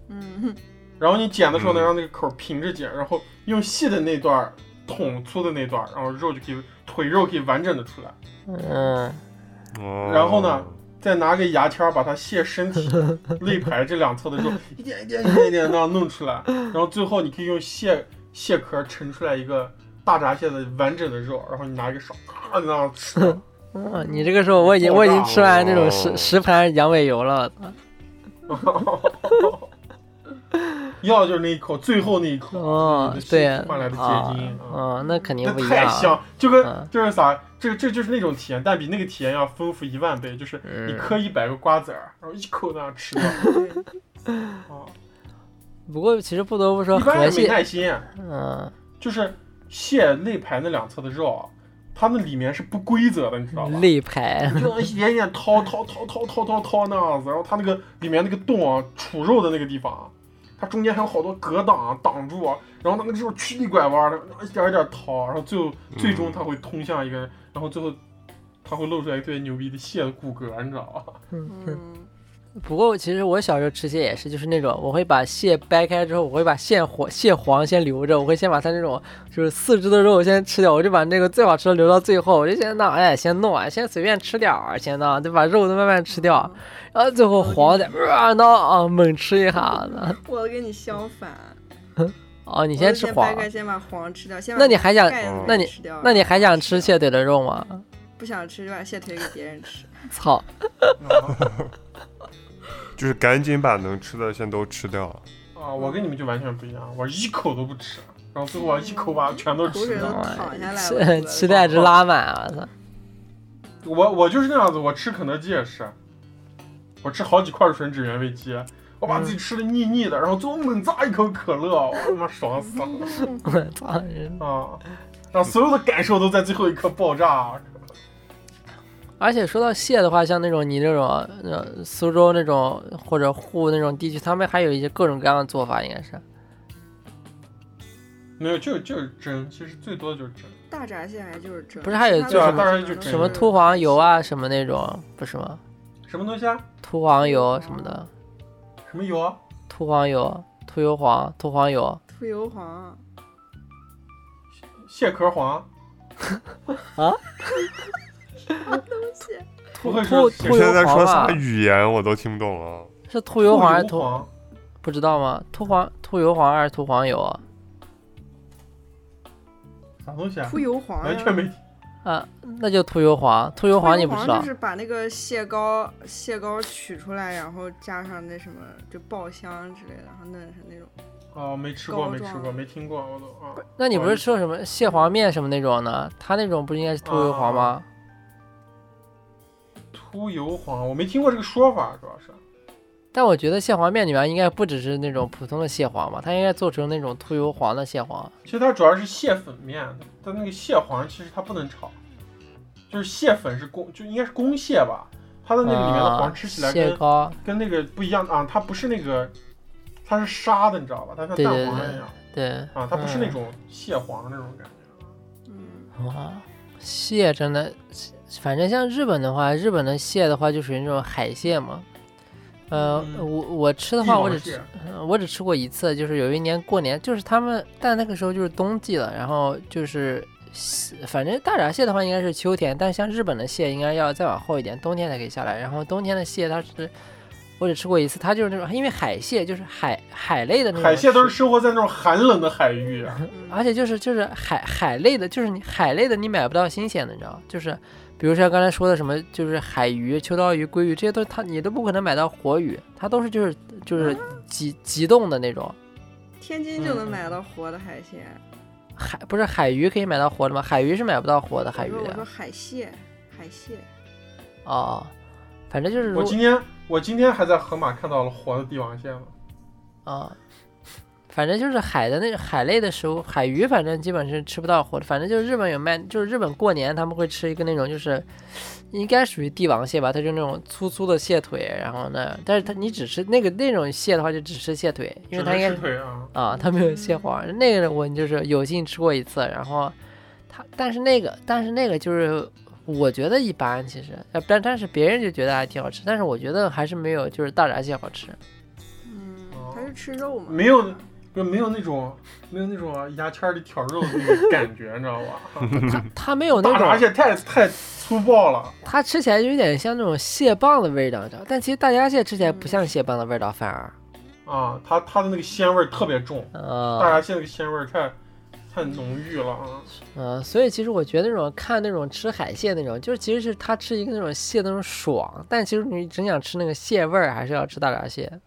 嗯，
然后你剪的时候呢，
嗯
让那个口儿平着剪，然后用细的那段儿捅粗的那段儿，然后肉就可以腿肉可以完整的出来。
嗯，
哦
然后呢？再拿个牙签儿把它蟹身体、肋排这两侧的肉一点一点一点一点那样弄出来，然后最后你可以用蟹蟹壳盛出来一个大闸蟹的完整的肉，然后你拿一个勺咔那样吃。
嗯，你这个时候我已经我已经吃完那种
哦
十十盘羊尾油了，
要的就是那一口，最后那一口，
哦
你的，
对
身体换来的结晶
啊，嗯，那肯定
那
不一
太
样，
香，就跟、
嗯
就是啥，这个这就是那种体验，但比那个体验要丰富一万倍。就是你
嗯。
嗑一百个瓜子儿，然后一口那样 吃掉。
对
啊，
不过其实不得不说，
一般
河
人没
蟹，
耐心。啊
嗯，
就是蟹肋排那两侧的肉啊，它那里面是不规则的，你知道吧？
肋排，
就能一点一点啊掏掏掏掏掏掏掏那样子，然后它那个里面那个洞啊，储肉的那个地方啊，它中间还有好多隔挡啊挡住啊，然后它那个肉曲里拐弯的，一点一点掏，然后最后最终它会通向一个，然后最后它会露出来一个特别牛逼的蟹的骨骼，你知道吧？
嗯，
不过其实我小时候吃蟹也是，就是那种我会把蟹掰开之后，我会把蟹黄蟹黄先留着，我会先把它那种就是四肢的肉先吃掉，我就把那个最好吃的留到最后，我就先那哎先弄啊，先随便吃点儿，先那就把肉都慢慢吃
嗯
掉，然后呃最后黄的啊那啊猛吃一下子，
我跟你相反，
哦，你
我
先
就
吃
先
黄
白，盖，先把黄吃掉，先把
那你还想，
盖子
那
给
你
吃掉
那你还想吃
蟹？
蟹腿的肉吗？
不想吃就把蟹腿给别人吃。
操，
啊
就是赶紧把能吃的先都吃掉。
啊！我跟你们就完全不一样，我一口都不吃，然后最后啊我一口把全都
口
吃
水都
掉。
淌下来
吃
了。
期待值拉满啊！我操，
我我就是那样子，我吃肯德基也是，我吃好几块吮指原味鸡，我把自己吃的腻腻的，然后最后猛咂一口可乐，我他妈爽死了
我操，人
啊！让所有的感受都在最后一刻爆炸。
而且说到蟹的话，像那种你这种呃苏州那种或者沪那种地区，他们还有一些各种各样的做法，应该是
没有，就就是蒸，其实最多的就是蒸。
大闸蟹还就是蒸，
不是还有
其他的
就是
好
什么
像
当然就
都
蒸
什么
是
秃黄油啊，什么那种不是吗？
什么东西啊？
秃黄油什么的，
什么油啊？
秃黄油、秃油黄、秃黄油
秃油黄，
蟹 壳黄？
啊
蟹
不
秃
会
秃
说
你
蟹
秃
现
油
在
黄
说
吧
啥？语言我都听不懂了。
是秃油黄还是
兔
秃？
黄？
不知道吗？秃黄、秃油黄还是秃黄油啊？
啥东西啊
秃？油黄呀
完全没。
啊，那就秃油黄，秃油
秃
黄你
油
不知
黄
道
就？是把那个蟹膏蟹膏取出来，然后加上那什么就爆香之类的，然后弄成那种。
哦，没吃过，
膏
没
状
吃过，没听过，我都啊。
那你不是说什么蟹黄面什么那种呢？它那种不应该是秃油黄吗？
秃油黄，我没听过这个说法，主要是。
但我觉得蟹黄面里面应该不只是那种普通的蟹黄吧，它应该做成那种秃油黄的蟹黄。
其实它主要是蟹粉面，但那个蟹黄其实它不能炒，就是蟹粉是公，就应该是公蟹吧，它的那个里面的
啊
黄吃起来
蟹
跟、
膏，
跟那个不一样啊，它不是那个，它是沙的，你知道吧？它像
对
蛋
对
黄
对
一样
对
啊，它不是
嗯
那种蟹黄那种感觉。
嗯，
哦
啊，蟹真的，反正像日本的话，日本的蟹的话就属于那种海蟹嘛。呃，
嗯
我我吃的
帝
话，
王
我只吃
蟹
嗯我只吃过一次，就是有一年过年，就是他们，但那个时候就是冬季了，然后就是西，反正大闸蟹的话应该是秋天，但像日本的蟹应该要再往后一点，冬天才可以下来。然后冬天的蟹它是，我只吃过一次，它就是那种，因为海蟹就是海海类的那种，
海蟹都是生活在那种寒冷的海域啊，
而且就是就是海海类的，就是你海类的你买不到新鲜的，你知道吗？就是比如说刚才说的什么，就是海鱼、秋刀鱼、鲑鱼这些都是它你都不可能买到活鱼，它都是就是就是急急冻的那种。
天津就能买到活的海鲜。
海不是海鱼可以买到活的吗？海鱼是买不到活的海鱼啊
我说我
的
说
呀
海蟹，海蟹，
哦，反正就是如
我
果
今天我今天还在河马看到了活的帝王蟹呢。
啊、反正就是海的那海类的食物，海鱼反正基本是吃不到活的。反正就是日本有卖，就是日本过年他们会吃一个那种，就是应该属于帝王蟹吧，它就那种粗粗的蟹腿，然后呢，但是它你只吃那个那种蟹的话，就只吃蟹腿，因为它应该
只能吃腿啊，
啊，它没有蟹黄。那个我就是有幸吃过一次，然后它，但是那个，但是那个就是我觉得一般，其实，呃但但是别人就觉得还挺好吃，但是我觉得还是没有就是大闸蟹好吃。
嗯
哦，
它是吃肉嘛？
没有就没有那种 没有那种啊牙签儿里挑肉的那种感 觉，你知道吧？
它它没有那
大闸
种，
蟹太太粗暴了，
它吃起来有点像那种蟹棒的味道，你知道？但其实大闸蟹吃起来不像蟹棒的味道，反而，
啊，它它的那个鲜味儿特别重，
呃，
大闸蟹那个鲜味儿太太浓郁了啊。
嗯，所以其实我觉得那种看那种吃海蟹那种，就是其实是它吃一个那种蟹的那种爽，但其实你真想吃那个蟹味儿，还是要吃大闸蟹。
嗯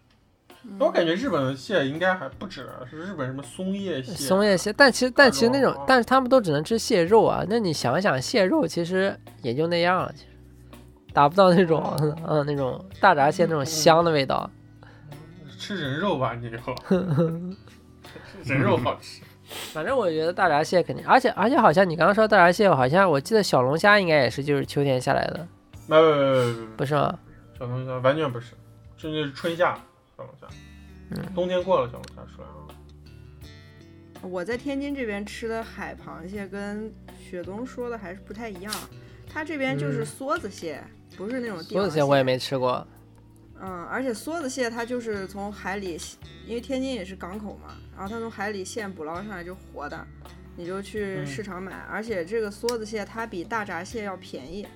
但我感觉日本的蟹应该还不止，是日本什么松叶蟹，
松
啊
叶蟹，但其实但其实那种
哦，
但是他们都只能吃蟹肉啊。那你想一想，蟹肉其实也就那样了，其实达不到那种
哦
嗯那种大闸蟹那
嗯
种香的味道。
吃人肉吧，你以 后人肉好吃。
反正我觉得大闸蟹肯定，而且而且好像你刚刚说大闸蟹，好像我记得小龙虾应该也是就是秋天下来的，
没没没没没，
不是吗？
小龙虾完全不是，这就是春夏小龙虾，
嗯
冬天过了小龙虾出来了。
我在天津这边吃的海螃蟹跟雪冬说的还是不太一样，它这边就是
嗯
梭子蟹，不是那种帝
梭
王
子蟹我也没吃过，
嗯，而且梭子蟹它就是从海里，因为天津也是港口嘛，然后它从海里现捕捞上来就活的，你就去
嗯
市场买。而且这个梭子蟹它比大闸蟹要便宜，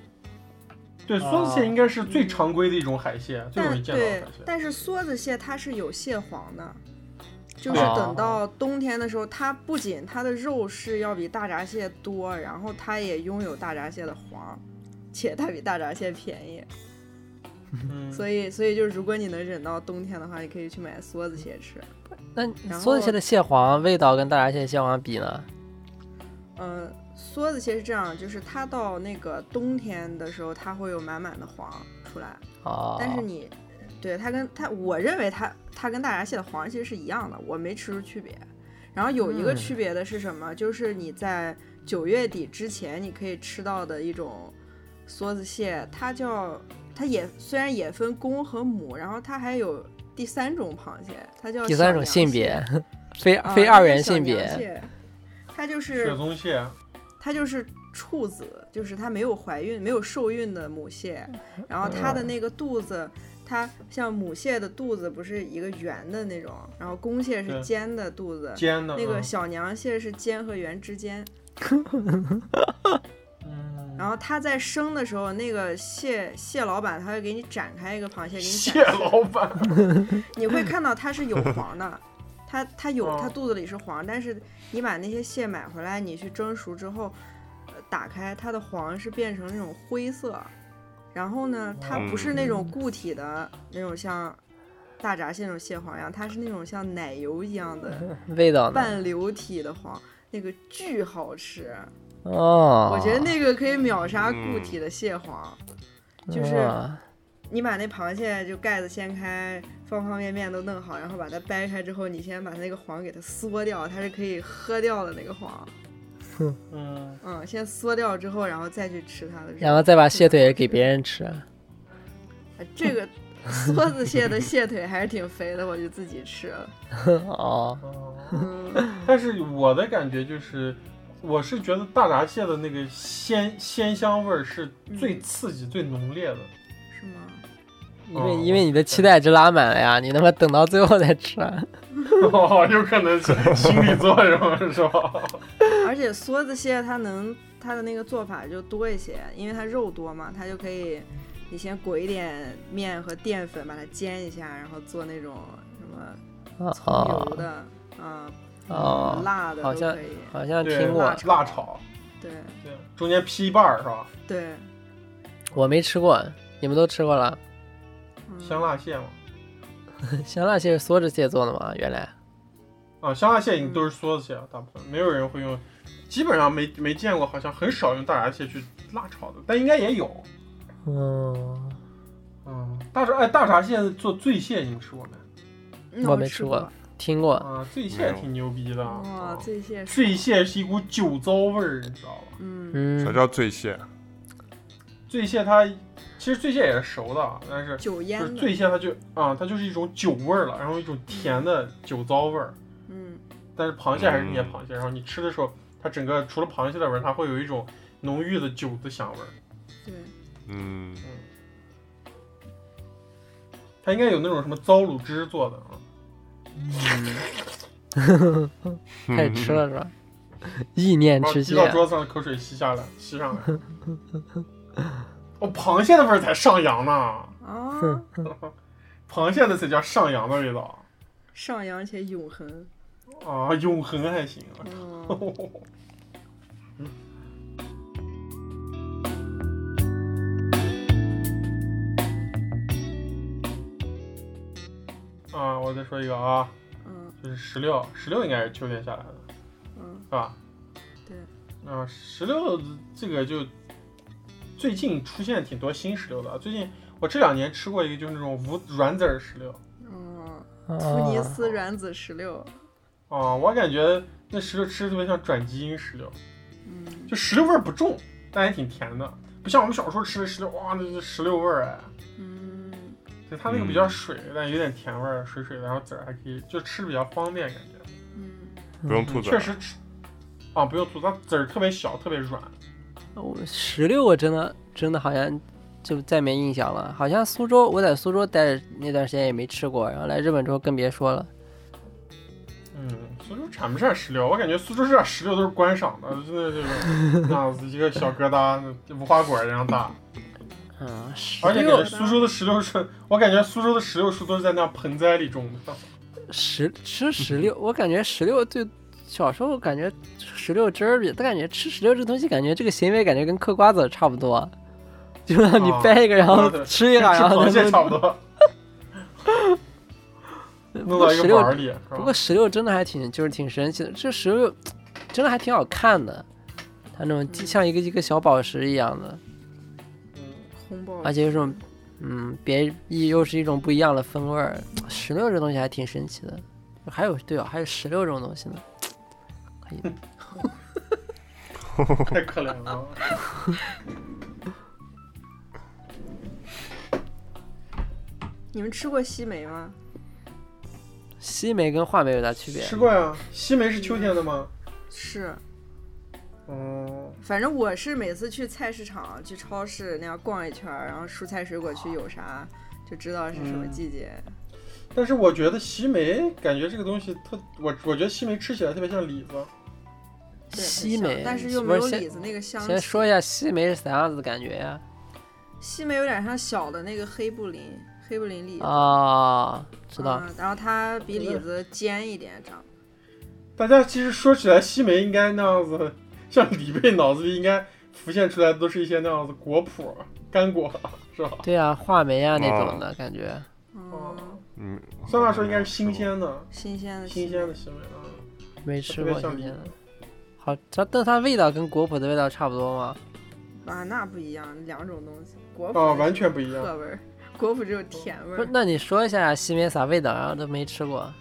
对，
啊
梭子蟹应该是最常规的一种海蟹，最容易
但
见到的
对
海，蟹。
但是梭子蟹它是有蟹黄的，就是
哦
等到冬天的时候，它不仅它的肉是要比大闸蟹多，然后它也拥有大闸蟹的黄，且它比大闸蟹便宜。
嗯，
所以，所以就是如果你能忍到冬天的话，你可以去买梭子蟹吃。
那
然
梭子
后
蟹的蟹黄味道跟大闸蟹蟹黄比呢？
嗯，梭子蟹是这样，就是它到那个冬天的时候，它会有满满的黄出来，
哦，
但是你。对它跟它，我认为它它跟大闸蟹的黄其实是一样的，我没吃出区别。然后有一个
嗯
区别的是什么？就是你在九月底之前你可以吃到的一种梭子蟹，它叫它也虽然也分公和母，然后它还有第三种螃蟹，它叫
第三
小
种
娘
性
蟹
别， 非
啊
非
它
二
叫
元
小
性
娘
别，
蟹，它就
雪
是
中蟹，
它就是处子，就是它没有怀孕、没有受孕的母蟹，
嗯
然后它的那个肚子，它像母蟹的肚子不是一个圆的那种，然后公蟹
对
是尖的肚子，
尖的，
那个
嗯
小娘蟹是尖和圆之间，
嗯
然后它在生的时候，那个蟹蟹老板他会给你展开一个螃蟹给你展
蟹老板，
你会看到它是有黄的，它它有
哦
它肚子里是黄，但是你把那些蟹买回来，你去蒸熟之后，呃打开它的黄是变成那种灰色，然后呢，它不是那种固体的那种像大闸蟹那种蟹黄一样，它是那种像奶油一样的
味道呢？
半流体的黄。那个巨好吃，
哦，
我觉得那个可以秒杀固体的蟹黄。就是
哦
你把那螃蟹就盖子掀开，方方面面都弄好，然后把它掰开之后，你先把那个黄给它缩掉，它是可以喝掉的那个黄。
嗯，
嗯，先缩掉之后，然后再去吃它的
然
肉。
后再把蟹腿给别人吃。
呃这个梭子蟹的蟹腿还是挺肥的，我就自己吃了。
哦，
哦
嗯，
但是我的感觉就是，我是觉得大闸蟹的那个鲜鲜香味儿是最刺激、最浓 烈的。
是吗？
因为
哦
因为你的期待值拉满了呀，你他妈等到最后再吃啊。
哦，有可能是心理作用是 吧？
而且梭子蟹它能它的那个做法就多一些，因为它肉多嘛，它就可以你先裹一点面和淀粉把它煎一下，然后做那种什么葱油
哦
的，啊、
哦，
辣的
好
都
像
可以。
好像
对，
听
辣
过，
辣炒，
对
对，中间劈一半儿是吧？
对，
我没吃过，你们都吃过了。
嗯
香辣蟹嘛，
香辣蟹是梭子蟹做的吗？原来
啊，香辣蟹
嗯
你都是梭子蟹，大部分没有人会用，基本上没没见过，好像很少用大闸蟹去辣炒的，但应该也有。
嗯，
嗯，大闸哎，大闸蟹做醉蟹你们吃过没？
嗯
我
我
没吃
吃
过。听过。
啊，醉蟹也挺牛逼的。
哇，
啊
醉蟹是，
醉蟹是一股酒糟味儿，你知道吧？
嗯，
嗯
啥，叫醉蟹？
醉蟹它其实醉蟹也是熟的，但是
酒
就是
腌的，
醉蟹它就啊、它就是一种酒味儿了，然后一种甜的酒糟味儿。
嗯，
但是螃蟹还是那些螃蟹，然后你吃的时候，它整个除了螃蟹的味儿，它会有一种浓郁的酒的香味儿。
对，
嗯，
它应该有那种什么糟卤汁做的啊。
嗯
开始吃了是吧？意念
把
吃
滴
蟹，
哦
啊
到桌子上的口水吸下来，吸上来。哦，螃蟹的味儿才上扬呢，
啊，
螃蟹的才叫上扬的味道
上扬且永恒，
啊，永恒还行啊。
嗯，
啊，我再说一个啊，
嗯，
就是石榴，石榴应该是秋天下来的，
嗯，
是吧？
对。
啊，石榴这个就最近出现挺多新石榴的啊。最近我这两年吃过一个，就是那种无软籽儿石榴
嗯，突尼
哦
斯软籽石榴，
啊，我感觉那石榴吃的特别像转基因石榴，
嗯，
就石榴味儿不重，但也挺甜的，不像我们小时候吃的石榴，哇，那是石榴味儿哎。
嗯，
就它那个比较水，但有点甜味儿，水水的，然后籽儿还可以，就吃的比较方便感觉。
嗯，
不用吐
确
籽，
实吃啊，不用吐，它籽儿特别小，特别软。
我十六我真的真的好像就再没印象了。好像苏州，我在苏州待着那段时间也没吃过，然后来日本之后更别说了。
嗯，苏州产不产石榴？我感觉苏州这点石榴都是观赏的，真的这个 那样子一个小疙瘩，无花果一样大。
嗯，石
而且感
榴
觉苏州的石榴树，我感觉苏州的石榴树都是在那盆栽里种的。
十吃
嗯
石榴，我感觉石榴对小时候感觉石榴汁儿比，但感觉吃石榴这东西，感觉这个行为感觉跟嗑瓜子差不多，就让你
啊
掰一个，然后
对
吃一个，
吃
然后
螃蟹
再
差不多，
不
弄
过
到一
石
个碗
榴
儿，里。是吧
不过石榴真的还挺就是挺神奇的，这石榴真的还挺好看的，它那种像一个一个小宝石一样的，
红
哦
包
而且有种嗯别一又是一种不一样的风味儿。石榴这东西还挺神奇的，还有对哦，还有石榴这种东西呢。可以，
太可怜了。
你们吃过西梅吗？
西梅跟话梅有啥区别？啊
吃过呀，西梅是秋天的吗？
是，
嗯，
反正我是每次去菜市场、去超市那样逛一圈儿，然后蔬菜水果区有啥就知道是什么
嗯
季节。
但是我觉得西梅感觉这个东西特，我我觉得西梅吃起来特别像李子，
对很
西
像
梅，
但是又
不
没有
先
李子那个香
先
气。
说一下西梅是啥样子的感觉呀？
西梅有点像小的那个黑布林，黑布林李子，
啊，知道，
嗯然后它比李子尖一点长。
大家其实说起来西梅应该那样子， 像李贝脑子里应该浮现出来的都是一些那样子果脯、干果，是吧？
对啊，话梅啊那
哦
种的感觉。
嗯，
嗯，
酸辣说应该是新鲜的，
新鲜的西
新
梅，
鲜的西梅啊，
没
特
吃
别
过，
像
今
李
天
子。
好，它但它味道跟果脯的味道差不多吗？
啊，那不一样，两种东西。果
啊，
脯
完全不一样。
特味儿，果脯只有甜味
不是
儿，，
那你说一下西梅啥味道？然后都没吃过。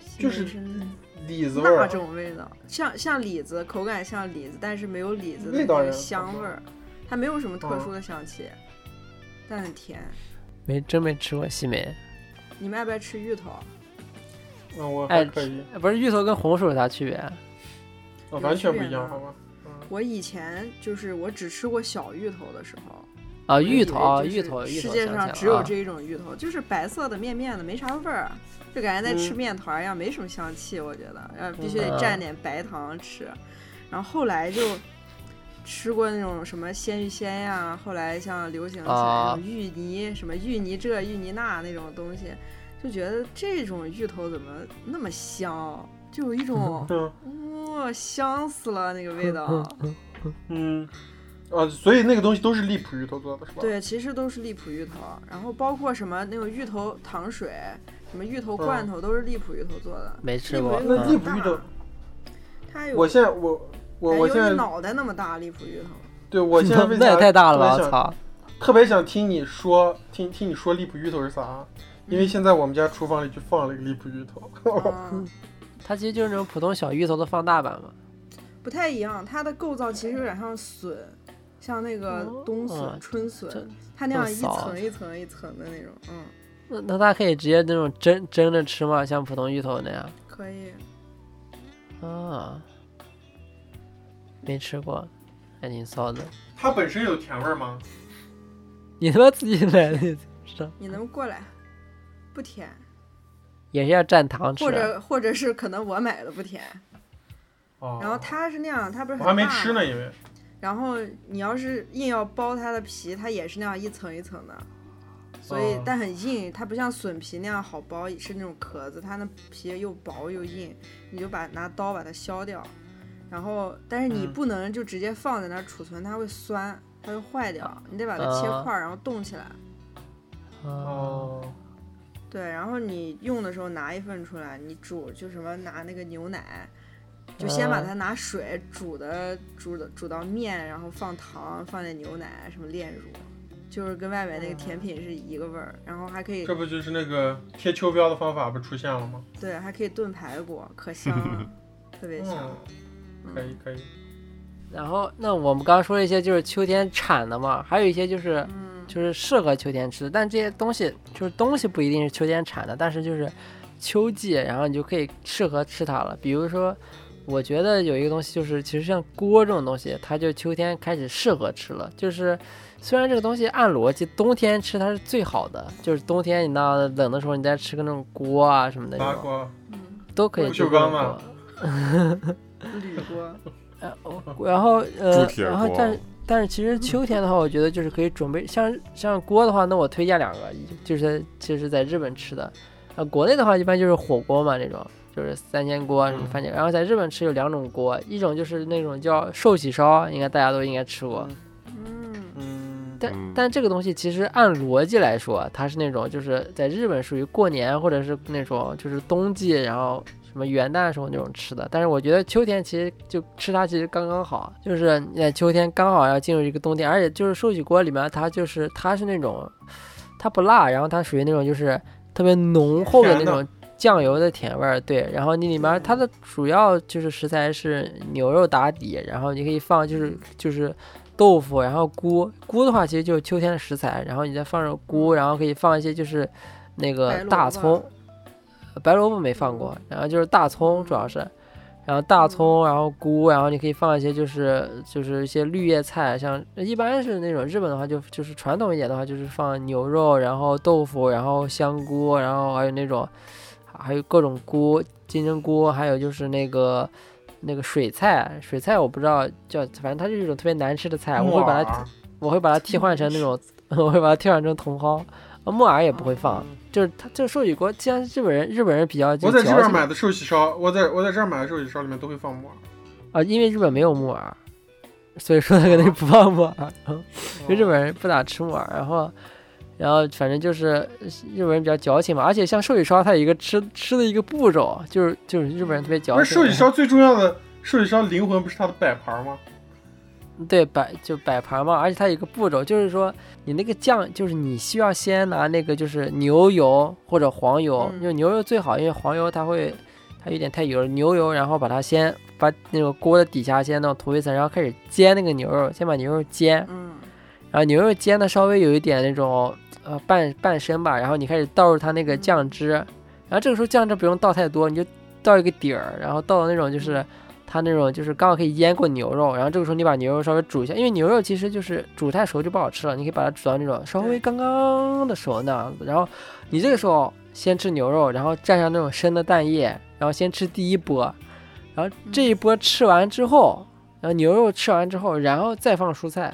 西梅
就是
是
李子味
那
儿，啊
种味道，像像李子，口感像李子，但是没有李子的
味
那
道
个
也
香味儿，它没有什么
哦
特殊的香气，但很甜。
没真没吃过西梅，
你们爱不爱吃芋头？
嗯，我还
哎
可以，
不是芋头跟红薯有啥区别啊？
啊完全不一样，
有区别吗
好吧？
我以前就是我只吃过小芋头的时候，
啊，
我以为
芋头啊，
就是
芋头，芋
世
头，
界
想起来
上
了
只有
啊
这一种芋头，就是白色的面面的，没啥味儿，就感觉在吃
嗯
面团儿一样，没什么香气，我觉得，呃，必须
嗯
得蘸点白糖吃。然后后来就吃过那种什么鲜芋仙呀，后来像流行起来那
啊
种芋泥，什么芋泥这芋泥那那种东西，就觉得这种芋头怎么那么香，就有 一种
嗯。
哇、香死了那个味道。
嗯，啊，所以那个东西都是荔浦芋头做的，是吧？，
对，其实都是荔浦芋头，然后包括什么那种芋头糖水、什么芋
嗯
头罐头，都是荔浦芋头做的。
没吃过。
荔
那
嗯
荔
浦
浦芋头，
它有，
我现在我我
哎
我
有
现
你
在
脑袋那么大荔浦芋头，
对 我现在为啥
那也太大了吧！
特别
我
想
操，
特别想听你说，听听你说荔浦芋头是啥？因为现在我们家厨房里就放了一个荔浦芋头，
嗯，
它其实就是那种普通小芋头的放大版嘛。
不太一样。它的构造其实有点像笋，像那个冬笋、
啊
哦
春
这
笋，它那样一
这么骚
层一层一层的那种，嗯，
那那它可以直接那种蒸蒸着吃吗？像普通芋头那样
可以。
啊？没吃过，还挺骚的。
它本身有甜味吗？
你他妈自己来的，你知道
你能过来？不甜，
也是要蘸糖吃啊
或。者或者是可能我买的不甜。
啊哦，
然后它是那样，它不是
我
很
还没
大
吃
吗
呢，因为
然后你要是硬要剥它的皮，它也是那样一层一层的，所以、
哦
但很硬，它不像笋皮那样好剥，是那种壳子，它那皮又薄又硬，你就把拿刀把它削掉，然后但是你
嗯
不能就直接放在那儿储存，它会酸，它会坏掉，你得把它切
啊
块儿，然后冻起来。
啊，
哦，
对，然后你用的时候拿一份出来，你煮就什么拿那个牛奶，就先把
嗯
它拿水煮的煮的煮到面，然后放糖，放点牛奶，什么炼乳，就是跟外面那个
嗯
甜品是一个味儿。然后还可以
这不就是那个贴秋膘的方法不出现了吗？
对，还可以炖排骨，可香了，特别香
嗯。，可以可以，
然后那我们刚刚说了一些就是秋天产的嘛，还有一些就是
嗯，
就是适合秋天吃的，但这些东西就是东西不一定是秋天产的，但是就是秋季，然后你就可以适合吃它了。比如说，我觉得有一个东西就是，其实像锅这种东西，它就秋天开始适合吃了。就是虽然这个东西按逻辑冬天吃它是最好的，就是冬天你到冷的时候你再吃个那种锅啊什么的
麻
那种，
瓜，
嗯
都可以
不
做
锈
各种
钢吗
锅。
铝嗯锅，
呃，我然后呃
铸，铁
然后
锅嗯
但但是其实秋天的话，我觉得就是可以准备像像锅的话，那我推荐两个，就是在就是在日本吃的，呃，国内的话一般就是火锅嘛，这种就是三鲜锅啊什么番茄。然后在日本吃有两种锅，一种就是那种叫寿喜烧，应该大家都应该吃过。
嗯
嗯，
但
嗯
但这个东西其实按逻辑来说，啊它是那种就是在日本属于过年或者是那种就是冬季，然后什么元旦的时候那种吃的。但是我觉得秋天其实就吃它其实刚刚好，就是你在秋天刚好要进入一个冬天，而且就是寿喜锅里面它就是它是那种它不辣，然后它属于那种就是特别浓厚的那
甜的
种酱油的甜味儿，对。然后你里面它的主要就是食材是牛肉打底，然后你可以放就是就是豆腐，然后菇菇的话其实就是秋天的食材，然后你再放上菇，然后可以放一些就是那
嗯白
个
萝卜嗯
大葱，呃白萝卜没放过，然后就是大葱主要是。然后大葱，然后菇，然后你可以放一些就是就是一些绿叶菜，像一般是那种日本的话就就是传统一点的话就是放牛肉，然后豆腐，然后香菇，然后还有那种还有各种菇，金针菇，还有就是那个那个水菜，水菜我不知道叫，反正它就是一种特别难吃的菜，哎我会把它
哇
我会把它替换成那种， 我会把它替换成茼蒿，呃木耳也不会放，就是它这个寿喜锅，既然日本人日本人比较就
我在这
矫
边
情
买的寿喜烧，我在我在这儿买的寿喜烧里面都会放木耳。
啊，因为日本没有木耳，所以说他可能不放木耳。就日本人不咋吃木耳，然后，然后反正就是日本人比较矫情嘛，而且像寿喜烧，它有一个吃吃的一个步骤，就是就是日本人特别矫
嗯不
情。
是寿喜烧最重要的寿喜烧灵魂不是它的摆盘吗？
对摆就摆盘嘛，而且它有一个步骤，就是说你那个酱，就是你需要先拿那个就是牛油或者黄油，
嗯
就牛油最好，因为黄油它会它有点太油了，牛油然后把它先把那个锅的底下先弄涂一层，然后开始煎那个牛肉，先把牛肉煎，
嗯
然后牛肉煎的稍微有一点那种呃半半生吧，然后你开始倒入它那个酱汁，然后这个时候酱汁不用倒太多，你就倒一个底儿，然后倒那种就是它那种就是刚好可以腌过牛肉，然后这个时候你把牛肉稍微煮一下，因为牛肉其实就是煮太熟就不好吃了，你可以把它煮到那种稍微
对
刚刚的熟那样子，然后你这个时候先吃牛肉，然后蘸上那种生的蛋液，然后先吃第一波，然后这一波吃完之后，然后牛肉吃完之后，然后再放蔬菜。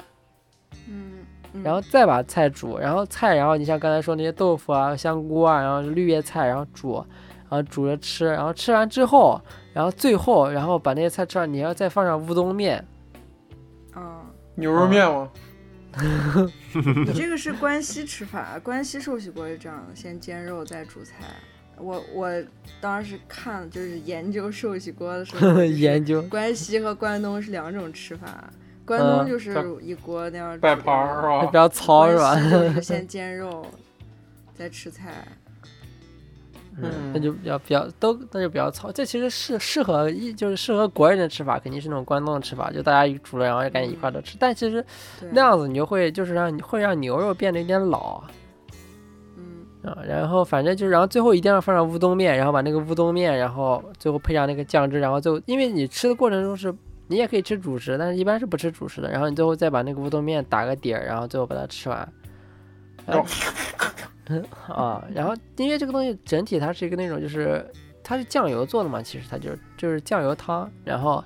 嗯嗯，
然后再把菜煮，然后菜，然后你像刚才说那些豆腐啊、香菇啊，然后绿叶菜，然后煮，然后煮着吃，然后吃完之后，然后最后，然后把那些菜吃完，你要再放上乌冬面，
嗯，
牛肉面吗？
你这个是关西吃法，关西寿喜锅是这样的，先煎肉再煮菜。我我当时看就是研究寿喜锅的时候，就是
研究
关西和关东是两种吃法，关
嗯
东就是
摆
一锅那样煮
摆
的
盘儿啊
那比
是吧？
较啊糙是吧？
关西 就是先煎肉，再吃菜。
嗯
那就比较比较都那就比较糙，这其实是适合一就是适合国人的吃法，肯定是那种关东的吃法，就大家一煮了然后就赶紧一块儿都吃。但其实
对，
那样子你就会就是让你会让牛肉变得有点老，
嗯
啊，然后反正就是，然后最后一定要放上乌冬面，然后把那个乌冬面，然后最后配上那个酱汁，然后最后因为你吃的过程中是，你也可以吃主食，但是一般是不吃主食的。然后你最后再把那个乌冬面打个底儿，然后最后把它吃完。
哦
啊，然后因为这个东西整体它是一个那种就是它是酱油做的嘛，其实它就是就是酱油汤，然后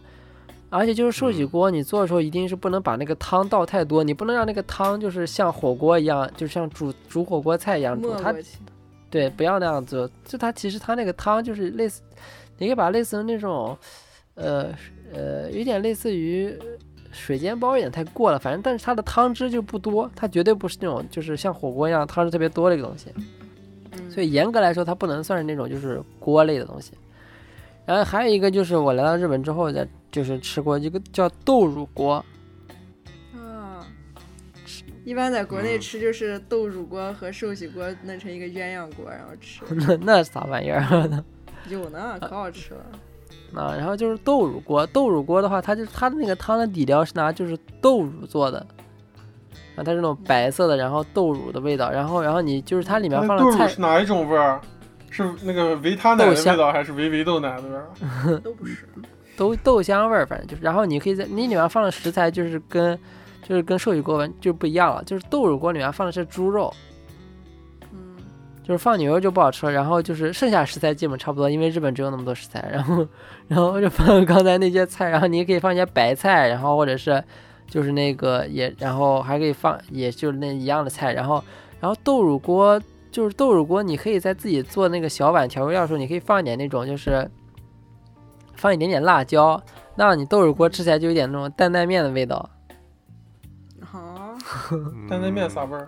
而且就是寿喜锅，你做的时候一定是不能把那个汤倒太多，你不能让那个汤就是像火锅一样，就像煮煮火锅菜一样煮，
没
它
过去。
对，不要那样做。就它其实它那个汤就是类似，你可以把它类似于那种，呃呃，有点类似于水煎包，有点太过了。反正但是它的汤汁就不多，它绝对不是那种就是像火锅一样汤汁特别多的一个东西。
嗯
所以严格来说，它不能算是那种就是锅类的东西。然后还有一个就是我来到日本之后，在就是吃过一个叫豆乳锅，
啊，一般在国内
嗯
吃就是豆乳锅和寿喜锅弄成一个鸳鸯锅，然后吃。
那那是啥玩意儿？
有呢，可好吃了。
啊，然后就是豆乳锅，豆乳锅的话，它就是它的那个汤的底料是拿就是豆乳做的，啊，它是那种白色的，然后豆乳的味道，然后然后你就是它里面
那
放
豆
了
乳
菜，
是哪一种味儿？是那个维他奶
豆
的
香嗯
味道，还是维维豆奶的味儿？
都不是。
豆豆香味儿，反正就是，然后你可以在你里面放的食材就是跟就是跟寿喜锅完就不一样了，就是豆乳锅里面放的是猪肉，
嗯，
就是放牛肉就不好吃了，然后就是剩下食材基本差不多，因为日本只有那么多食材，然后然后就放刚才那些菜，然后你也可以放一些白菜，然后或者是就是那个也，然后还可以放也就是那一样的菜，然后然后豆乳锅就是豆乳锅，你可以在自己做那个小碗调味料的时候，你可以放一点那种就是放一点点辣椒，那样你豆乳锅吃起来就有点那种担担面的味道，
哦，
嗯担担面啥味儿？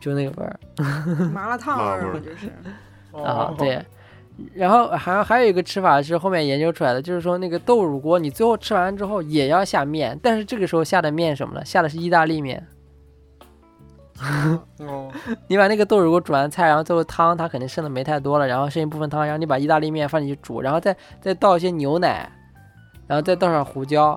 就那个味儿
麻辣 烫味
辣味
儿
儿
嘛，就是
啊
哦，，
对。然后还还有一个吃法是后面研究出来的，就是说那个豆乳锅，你最后吃完之后也要下面，但是这个时候下的面什么呢？下的是意大利面。
哦，
你把那个豆乳锅煮完菜，然后最后汤它肯定剩的没太多了，然后剩一部分汤，然后你把意大利面放进去煮，然后再再倒一些牛奶，然后再倒上胡椒，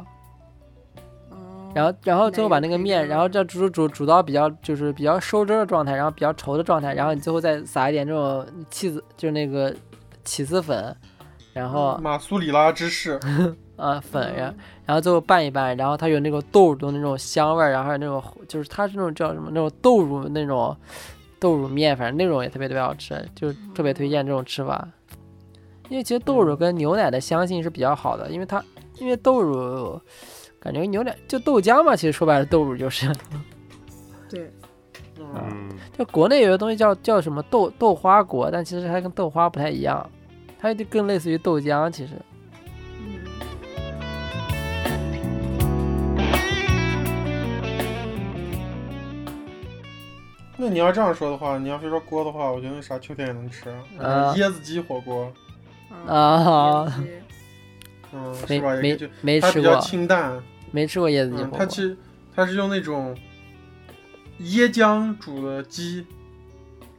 哦，
然后然后最后把那个
奶
面，
油
然后这样煮煮煮煮到比较就是比较收汁儿的状态，然后比较稠的状态，然后你最后再撒一点这种起子，就是那个起司粉，然后
马苏里拉芝士，
呃粉，然
嗯
然后最后拌一拌，然后它有那个豆乳的那种香味儿，然后还有那种就是它是那种叫什么那种豆乳那种豆乳面，反正那种也特别特别好吃，就特别推荐这种吃法。因为其实豆乳跟牛奶的相性是比较好的，因为它因为豆乳感觉牛奶就豆浆嘛，其实说白了豆乳就是。
对，
嗯，
嗯，
就国内有个东西叫 叫什么豆豆花锅，但其实它跟豆花不太一样，它就更类似于豆浆。其实，
嗯，
那你要这样说的话，你要非说锅的话，我觉得那啥秋天也能吃，呃
啊
椰子鸡火锅，
嗯
啊
椰子鸡
嗯，
没
是吧？也
没
就
没
它
吃
比较
过，
清淡，
没吃过椰子鸡
嗯，
火
它
锅。
其实它是用那种椰浆煮的鸡，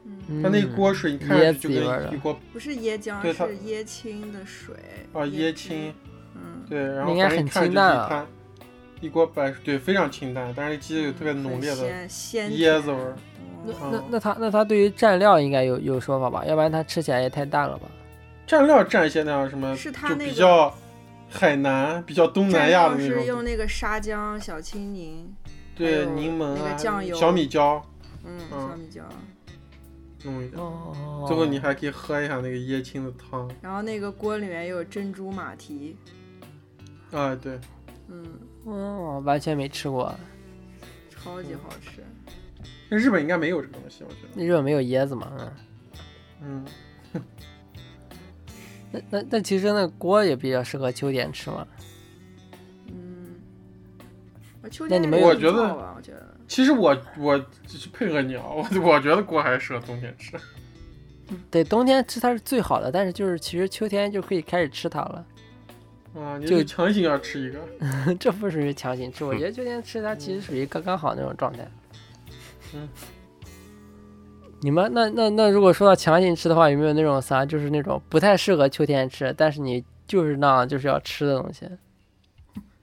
嗯，
嗯
它那个锅水你看
椰
上
子
去就跟
味儿的
一一锅
不是椰浆，
对
是
它
椰青的水
啊椰青，，
嗯，
对，然后
应该
反正
很
一看上去
清
就
淡
一
啊
滩一锅白水，对，非常清淡，但是鸡有特别浓烈的
很鲜哦
椰子味儿，嗯
那
儿，
那那它那它对于蘸料应该有有说法吧？要不然它吃起来也太淡了吧？
蘸料蘸一些那样什么，
是它
就
那
比
个
较海南、比较东
蘸
南亚的
料
那
是
种
用，那个沙姜、小青柠，还
对，
有
柠檬
那个
啊、
酱油
小米椒
嗯，
嗯
小米椒，
弄一下。
哦
最后你还可以喝一下那个椰青的汤
然后那个锅里面有珍珠马蹄，
啊，对，
嗯，
哦，完全没吃过。
超
嗯
级好吃，
那日本应该没有这个东西，我觉得。
日本没有椰子嘛？嗯。
嗯，
那那那其实那锅也比较适合秋天吃嘛。
嗯，啊秋
那
天
你们
还是
有
我觉
很
得
燥吧啊我觉得，
其实我我就是配合你啊，我我觉得锅还适合冬天吃。
对，冬天吃它是最好的，但是就是其实秋天就可以开始吃它了。
啊，你
就
就强行要吃一个，
这不属于强行吃，我觉得秋天吃它其实属于刚刚好那种状态。
嗯，
你们那那那如果说到强行吃的话，有没有那种啥，就是那种不太适合秋天吃，但是你就是那样就是要吃的东西？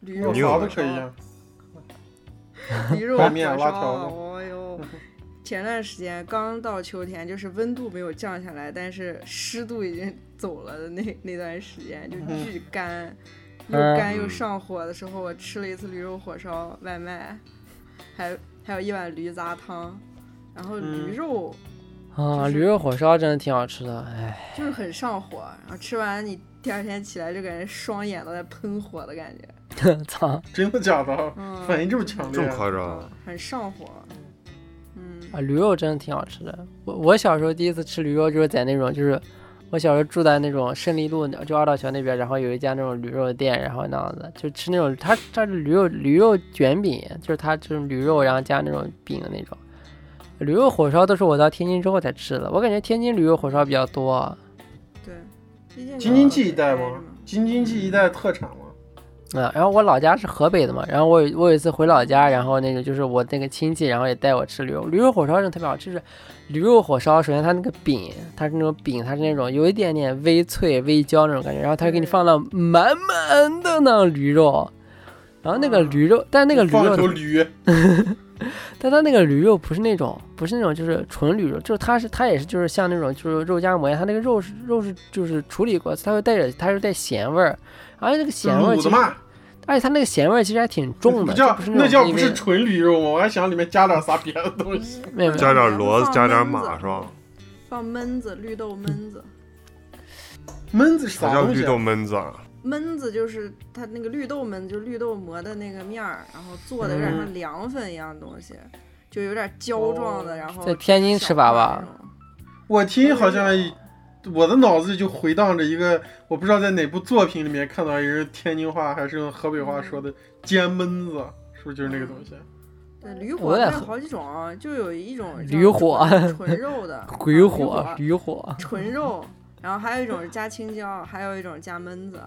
驴肉
弄
你有
啥都
吗
火
可以
烧，
啊。
驴肉
拌 面
火
辣
烧
条子
哦哟。前段时间刚到秋天，就是温度没有降下来，但是湿度已经 走了的那那段时间，就
嗯
巨干， 又
嗯
干又
嗯
上火的时候，我吃了一次驴肉火烧外卖，还还有一碗驴杂汤，然后驴
嗯
肉
啊，
就是
驴肉火烧真的挺好吃的，哎，
就是很上火，然后吃完你第二天起来就感觉双眼都在喷火的感觉，
操
真的假的？
嗯，
反应这么强
这
烈
么
啊？
夸张
嗯，很上火，嗯，
啊，驴肉真的挺好吃的。我我小时候第一次吃驴肉就是在那种就是。我小时候住在那种胜利路，就二道桥那边，然后有一家那种驴肉店，然后那样子就吃那种，它它是驴肉驴肉卷饼，就是它就是驴肉，然后加那种饼的那种。驴肉火烧都是我到天津之后才吃的，我感觉天津驴肉火烧比较多啊、
对，毕竟
京
你
津
老
冀
是
一带
待着
吗
嘛？
京津冀一带特产吗？
嗯，然后我老家是河北的嘛，然后我有我有一次回老家，然后那个就是我那个亲戚，然后也带我吃驴肉，驴肉火烧真的特别好吃。就是驴肉火烧，首先它那个饼，它是那种饼，它是那种有一点点微脆、微焦那种感觉，然后它给你
嗯
放了满满的那种驴肉，然后那个驴肉，但那个驴
啊放了头
肉，
驴，
但它那个驴肉不是那种，不是那种就是纯驴肉，就是它是它也是就是像那种就是肉夹馍一样，它那个肉是肉是就是处理过，它会带着它是带咸味儿，而且那个咸味儿
嗯卤
其实。
的嘛，
而且它那个咸味儿其实还挺重的，
那叫
就不是
那
种
叫
因
不
为
是纯驴肉吗？我还想里面加点啥别的东西。
没有没有
加点骡子，加点
放
马
焖
是吧？
放焖子，绿豆焖子。
嗯
焖子是
啥
啥
叫
东
绿
西
豆
啊？
焖子啊？
焖子就是它那个绿豆焖，就是绿豆磨的那个面儿，然后做的
嗯
有点像凉粉一样的东西，就有点胶状的，
哦
然后
在天津吃法吧
小块儿那种。
我听好像
嗯
我的脑子就回荡着一个，我不知道在哪部作品里面看到一个天津话还是用河北话说的煎焖子，是不是就是那个东西？
对，驴
我
火
也
它有
喝
好几种啊，就有一种叫
驴火，
纯纯肉的
鬼
啊
火、驴火
纯肉，然后还有一种是加青椒，还有一种加焖子，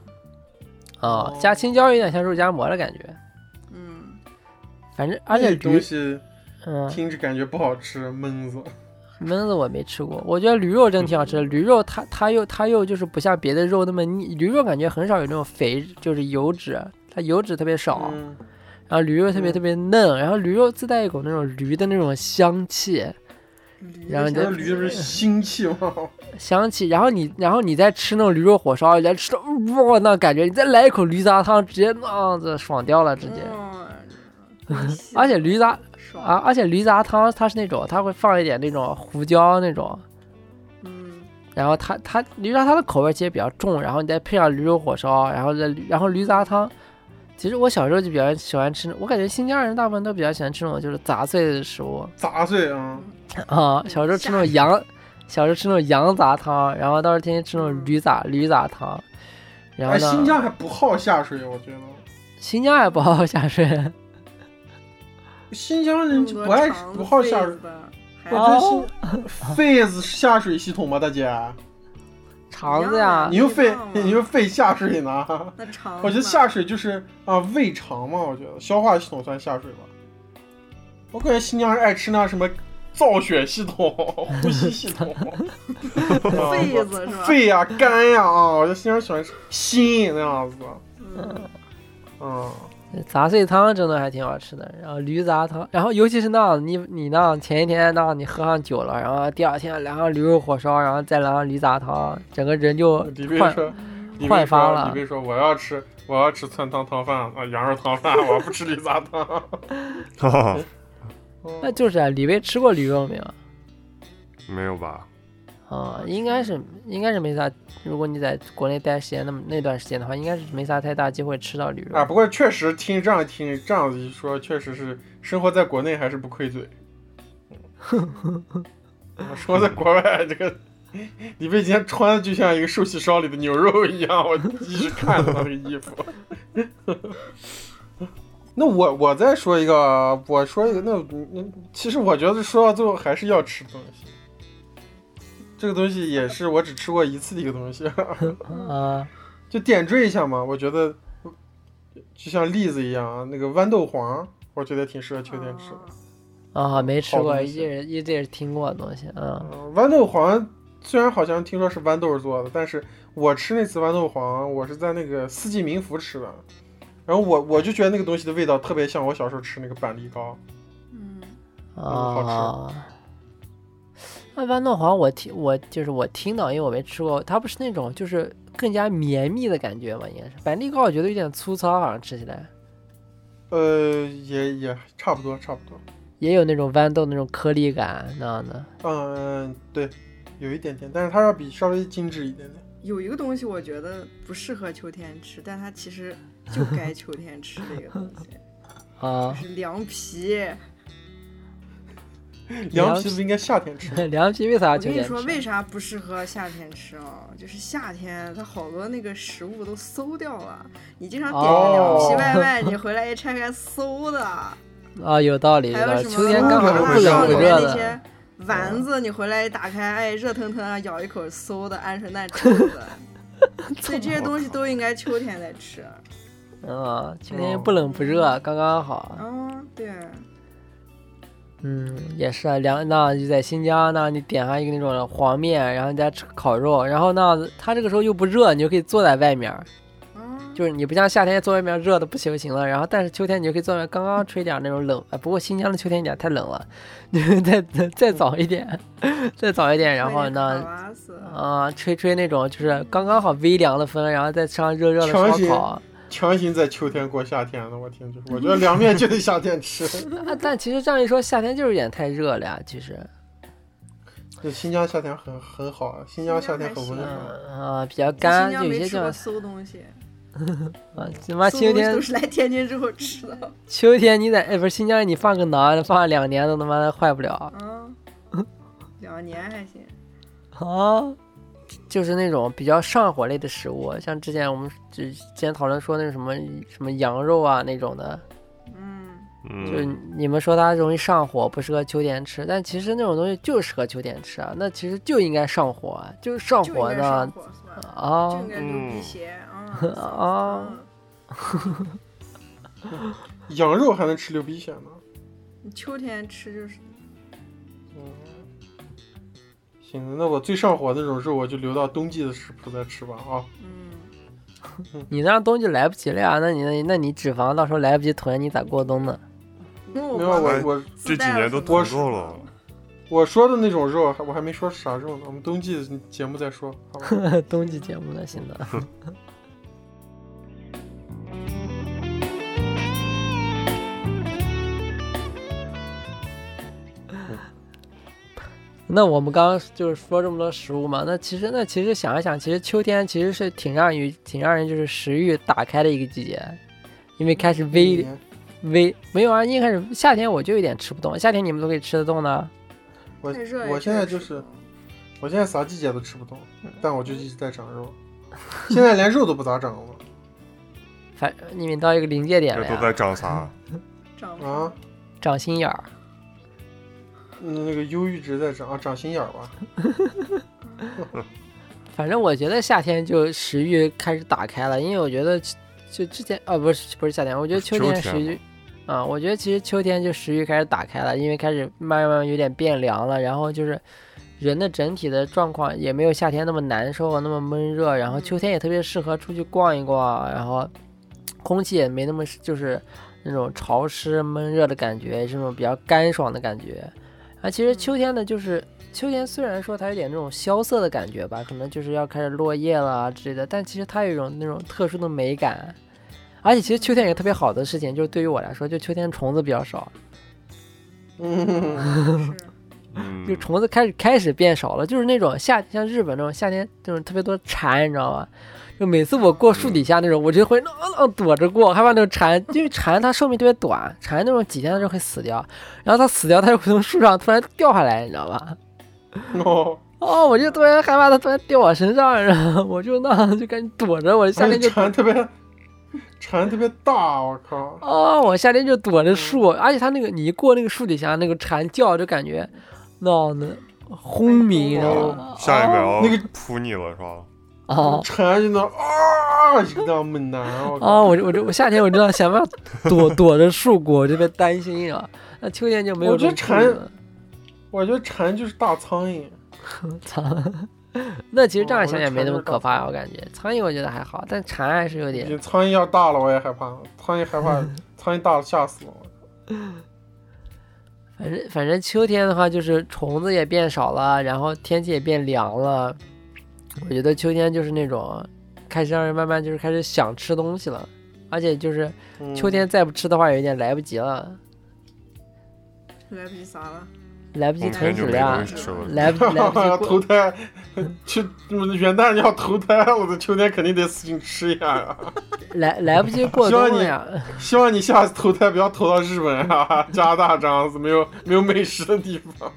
啊，加青椒有点像肉夹馍的感觉。
嗯，
反正而且
那东
驴，
西
嗯，
听着感觉不好吃，焖子。
焖子我没吃过，我觉得驴肉真挺好吃的。驴肉它它又它又就是不像别的肉那么腻，驴肉感觉很少有那种肥，就是油脂，它油脂特别少，
嗯，
然后驴肉特别
嗯
特别嫩，然后驴肉自带一股那种驴的那种香气，
驴
然后你
那
再
香
驴不是腥气吗？
香气，然后你然后你再吃那种驴肉火烧，人家吃到哇那感觉，你再来一口驴杂汤，直接那样子爽掉了，直接。
嗯
而且驴杂
爽
啊，，而且驴杂汤它是那种，它会放一点那种胡椒那种，
嗯，
然后它它驴杂汤的口味其实比较重，然后你再配上驴肉火烧，然后再驴然后驴杂汤，其实我小时候就比较喜欢吃，我感觉新疆人大部分都比较喜欢吃那种就是杂碎的食物
杂碎啊，
啊，小时候吃那种羊，小时候吃那种羊杂汤，然后当时天天吃那种
嗯
驴杂驴杂汤，然后
哎，
呢，
新疆还不好下水，我觉得
新疆也不好好下水，
新疆人
弄
就
个
不爱
肠
不好
肺
下水。
子还
我
有
啊
觉得
哦
新 肺子是下水系统吗，大姐？
肠子呀
你，用肺
啊，
你用肺下水呢？
嗯那肠子嘛，
我觉得下水就是啊、胃肠嘛，我觉得消化系统算下水吧。我感觉新疆人爱吃那什么造血系统、 呼吸系统、啊
肺子是吧？
肺呀、肝呀啊，我觉得新疆人喜欢吃心那样子。
嗯
嗯，
杂碎汤真的还挺好吃的，然后驴杂汤，然后尤其是那样，你你那样前一天那样你喝上酒了，然后第二天来上驴肉火烧，然后再来上驴杂汤，整个人就
李贝
换
说，李
焕
贝
呃发
说，
了
李贝说我要吃我要吃酸汤汤饭啊，羊肉汤饭，我不吃驴杂 汤。
哈哈，
那
嗯
就是啊，李威吃过驴肉没有？
没有吧？
啊、应该是应该是没啥。如果你在国内待时间那么那段时间的话，应该是没啥太大机会吃到驴肉。
啊，不过确实听这样听这样子一说，确实是生活在国内还是不愧对。嗯生活在国外，这个李贝今天穿的就像一个寿喜烧里的牛肉一样，我一直看着他那个衣服。 那我我再说一个啊，我说一个，那那其实我觉得说到最后还是要吃东西。这个东西也是我只吃过一次的一个东西。
啊、
就点缀一下嘛。我觉得就像栗子一样啊，那个豌豆黄，我觉得挺适合秋天吃的。
啊，没吃
好
过，
东西
一直一直也是听过的东西。嗯，
嗯，豌豆黄虽然好像听说是豌豆做的，但是我吃那次豌豆黄，我是在那个四季民福吃的。然后我我就觉得那个东西的味道特别像我小时候吃那个板栗糕，
嗯，
啊，那豌豆黄我听我就是我听到，因为我没吃过，它不是那种就是更加绵密的感觉嘛，应该是板栗糕，我觉得有点粗糙，好像吃起来
呃，也也差不多差不多，
也有那种豌豆那种颗粒感那样的。
嗯，对，有一点点，但是它要比稍微精致一点点。
有一个东西我觉得不适合秋天吃，但它其实就 该秋天吃的一个东西，
啊
就，是凉皮。
啊凉
凉
皮不应该夏天吃吗？
凉皮为啥
我
秋
跟你
天
说，
吃
为啥不适合夏天吃哦？就是夏天它好多那个食物都馊掉了，你经常点个凉
哦
皮外卖，你回来一拆开馊的，
啊？有道理，有
还
道
有
理。
什么
秋天刚好
冷
是
不
不冷
冷
不
里面
热
那
的
些。丸子，你回来一打开，哎，热腾腾的，咬一口馊的，鹌鹑蛋臭 的。所以这些东西都应该秋天再吃。
啊，秋
哦
天又不冷不热，刚刚好。
嗯，对，
嗯，也是啊，凉那就在新疆，那你点上一个那种黄面，然后你再吃烤肉，然后呢，它这个时候又不热，你就可以坐在外面儿，
嗯，
就是你不像夏天坐外面热的不行不行了，然后但是秋天你就可以坐外面，刚刚吹点儿那种冷，啊，不过新疆的秋天有点太冷了，你就再再再早一点，再早一点，然后呢，
卡瓦斯，
啊、吹吹那种就是刚刚好微凉的风，然后再吃上热热的
强
烧
行
烤，
强行在秋天过夏天的，我听就是，我觉得凉面就得夏天吃。
啊，但其实这样一说，夏天就是有点太热了呀，其实。
对，新疆夏天很很好，啊，新疆夏天很温
嗯
嗯
和。
啊、比较
新
干，
疆
有
没
些
吃
地
过
方
馊东西，
啊，他 妈秋
馊东西
天
都是来天津之后吃 的。
秋天你在哎不是新疆，你放个馕放两年都他妈的坏不了。
啊嗯，两年还行。
啊，就是那种比较上火类的食物，像之前我们之之前讨论说那什么什么羊肉啊那种的，
嗯，
就是
嗯，
你们说它容易上火，不适合秋天吃，但其实那种东西就适合秋天吃啊，那其实就应该上火，啊，就上
就应
火
该
呢
上火是吧？就
啊
应该流鼻血 啊！
嗯啊
嗯
羊肉还能吃流鼻血呢。
你嗯秋天吃就是
嗯，行，那我最上火那种肉，我就留到冬季的食谱再吃吧啊。
嗯，
你那样冬就来不及了呀，那你那那你脂肪到时候来不及囤，你咋过冬呢？
因为我
没有我
哎
我
这几年都
多
囤够了，
我说的那种肉，还我还没说是啥肉呢，我们冬季节目再说，好吧？
冬季节目呢，行的。 那我们刚刚就是说这么多食物嘛，那其实那其实想一想，其实秋天其实是挺让于挺让人就是食欲打开的一个季节，因为开始微
嗯
微没有啊，一开始夏天我就有点吃不动，夏天你们都可以吃得动呢。
我
太热也
我现在
吃
就
不
是
动，
我现在啥季节都吃不动，但我就一直在长肉，现在连肉都不咋长了。
反你们到一个临界点
这
了
都在
呀，
长啥？
长
啊
胖
长心眼儿。
嗯，那个忧郁值在长，啊，长心眼儿吧。
反正我觉得夏天就食欲开始打开了，因为我觉得就就之前啊不是不是夏天，我觉得秋天
秋天
食欲啊、我觉得其实秋天就食欲开始打开了，因为开始慢慢慢慢有点变凉了，然后就是人的整体的状况也没有夏天那么难受啊那么闷热，然后秋天也特别适合出去逛一逛，啊然后空气也没那么就是那种潮湿闷热的感觉，这种比较干爽的感觉。啊，其实秋天呢，就是秋天虽然说它有点那种萧瑟的感觉吧，可能就是要开始落叶了啊之类的，但其实它有一种那种特殊的美感。而且其实秋天有个特别好的事情，就是对于我来说，就秋天虫子比较少，
嗯，
是
嗯，
就虫子开始开始变少了，就是那种夏像日本那种夏天那种特别多蝉，你知道吗？就每次我过树底下那种，我就会嗯嗯躲着过，害怕那种蝉，因为蝉它寿命特别短，蝉那种几天它就会死掉，然后它死掉它就会从树上突然掉下来，你知道吧？
哦，
哦，我就突然害怕它突然掉我身上，然后我就那就赶紧躲着，我夏天就
馋特别，馋特别大，我靠！
哦，我夏天就躲着树，而且它那个你一过那个树底下，那个蝉叫就感觉闹的轰鸣，
哦
下一秒
那个
扑你了是吧？
哦
馋就那啊，一个那样猛男，我
哦，
靠！
我就我就我夏天我就要想办法躲 躲着树果，我就别担心啊。那秋天就没有
我觉
这
得
种顾虑了。
我觉得馋就是大苍蝇。
操！ 那其实这样
哦我觉
想
得
也没
蝉
那么
就是
可
大
怕，我感觉苍蝇我觉得还好，但蝉还是有点
比苍蝇要大了，我也害怕。苍蝇 害怕，苍蝇大了吓死我。
反正反正秋天的话，就是虫子也变少了，然后天气也变凉了。我觉得秋天就是那种开始让人慢慢就是开始想吃东西了，而且就是
嗯
秋天再不吃的话，有点来不及了，
来不及啥了，
来不及
冬
囤
天
脂
就没
量
东，西吃了。
来不来不及
投
过
胎，去元旦要投胎，我的秋天肯定得使劲吃一下呀！
来来不及过
希望
冬了
你
呀。
希望你下次投胎不要投到日本啊、加拿大这样子没有没有美食的地方。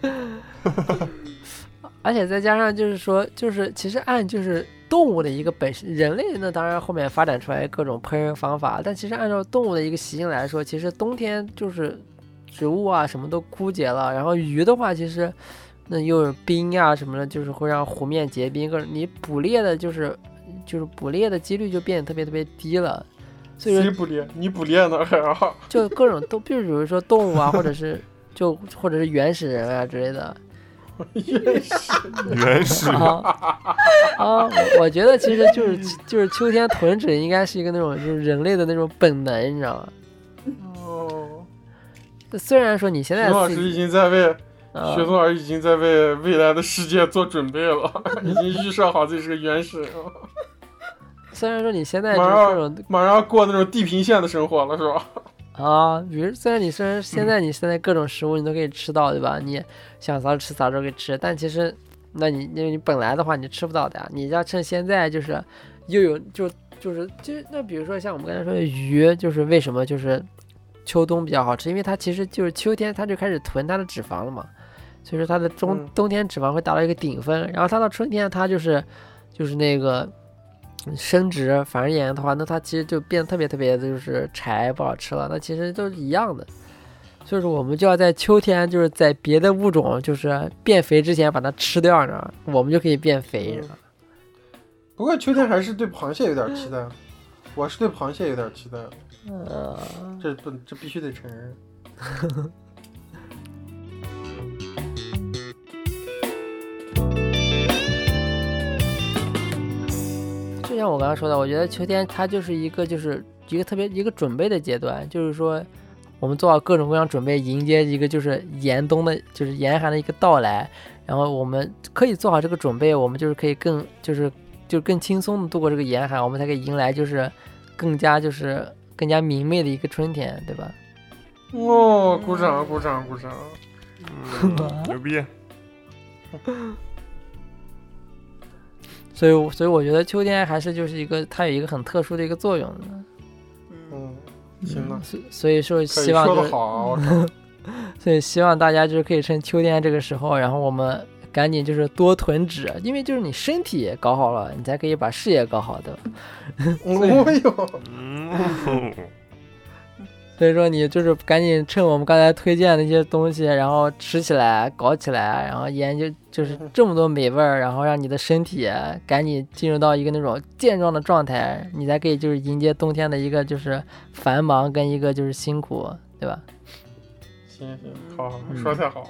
而且再加上就是说，就是其实按就是动物的一个本身，人类那当然后面发展出来各种烹饪方法，但其实按照动物的一个习性来说，其实冬天就是植物啊什么都枯竭了，然后鱼的话其实那又有冰呀、什么的，就是会让湖面结冰，各种你捕猎的就是就是捕猎的几率就变得特别特别低了，所以说
谁捕猎？你捕猎呢？还啊？
就各种都，就比如说动物啊，或者是就或者是原始人啊之类的，
也是
原始
啊啊！我我觉得其实就是就是秋天囤脂应该是一个那种就是人类的那种本能，你知道吗？
哦，
虽然说你现在
熊老
四
师
季
已经在为
啊
雪松老师已经在为未来的世界做准备 了，已经预设好自己是个原始人了。
虽然说你现在就
马
是
上
各种
马上要过那种地平线的生活了，是吧？
啊，比如虽然你虽然现在你现在各种食物你都可以吃到，对吧？你想啥时候吃啥时候可以吃，但其实那你因为你本来的话你吃不到的呀，你要趁现在就是又有就就是就是那比如说像我们刚才说的鱼，就是为什么就是秋冬比较好吃，因为它其实就是秋天它就开始囤它的脂肪了嘛，所以说它的冬
嗯
冬天脂肪会达到一个顶峰，然后它到春天它就是就是那个嗯生殖繁衍的话，那它其实就变得特别特别的就是柴不好吃了，那其实都是一样的。所以说我们就要在秋天，就是在别的物种就是变肥之前把它吃掉，你知道吗？我们就可以变肥，你知道吗？
不过秋天还是对螃蟹有点期待，我是对螃蟹有点期待，
呃，
这不这必须得承认。
就像我刚刚说的，我觉得秋天它就是一个就是一个特别一个准备的阶段，就是说我们做好各种各样准备，迎接一个就是严冬的，就是严寒的一个到来。然后我们可以做好这个准备，我们就是可以更就是就更轻松的度过这个严寒，我们才可以迎来就是更加就是更加明媚的一个春天，对吧？
哦，鼓掌鼓掌鼓掌！
嗯牛逼，
所以我所以我觉得秋天还是就是一个它有一个很特殊的一个作用的。
嗯，
嗯，行了，
所以所以说
可以
希望
说
就
的
是
好，啊我靠
所以希望大家就是可以趁秋天这个时候，然后我们赶紧就是多囤脂，因为就是你身体搞好了，你才可以把事业搞好，对吧？
我有。
嗯，
所以说你就是赶紧趁我们刚才推荐的那些东西，然后吃起来、搞起来，然后研究就是这么多美味儿，然后让你的身体啊赶紧进入到一个那种健壮的状态，你才可以就是迎接冬天的一个就是繁忙跟一个就是辛苦，对吧？
行行，好，好说的太好。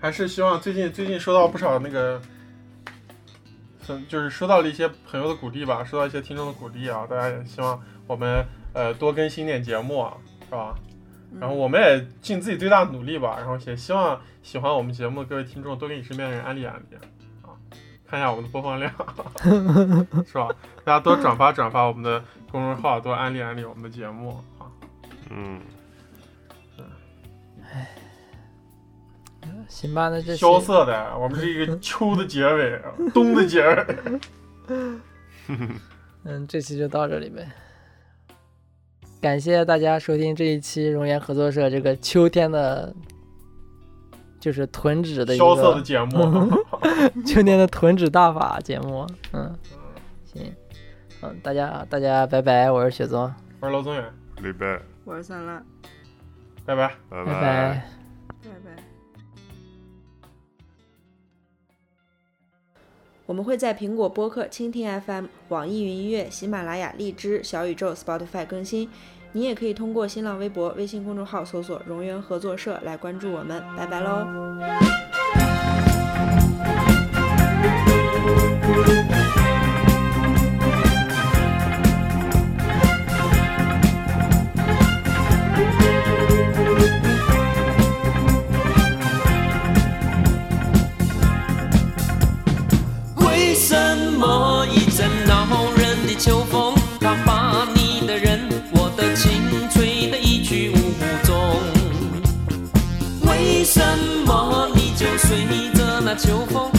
还是希望最近最近收到不少那个，嗯，就是收到了一些朋友的鼓励吧，收到一些听众的鼓励啊，大家也希望我们呃多更新点节目啊，是吧？
嗯
然后我们也尽自己最大的努力吧，然后也希望喜欢我们节目的各位听众多给你身边的人安利安利啊，看一下我们的播放量， 是吧？大家多转发转发我们的公众号，多安利安利我们的节目啊。
嗯，
行吧，那这期
萧瑟的，我们是一个秋的结尾，冬的结尾。
嗯，这期就到这里呗。感谢大家收听这一期熔岩合作社这个秋天的，就是囤纸的一
萧瑟的
个
节目，
秋天的囤纸大法节目。嗯，行，嗯，大家大家拜拜，我是雪宗，
我是娄宗远，
李白，
我是三烂，
拜拜。
拜
拜
拜。
拜拜。
我们会在苹果播客、蜻蜓 FM、网易云音乐、喜马拉雅、荔枝、小宇宙、Spotify 更新。你也可以通过新浪微博、微信公众号搜索“荣源合作社”来关注我们。拜拜喽！
为什么一阵恼人的秋风，它把你的人，我的情吹得一去无踪？为什么你就随着那秋风，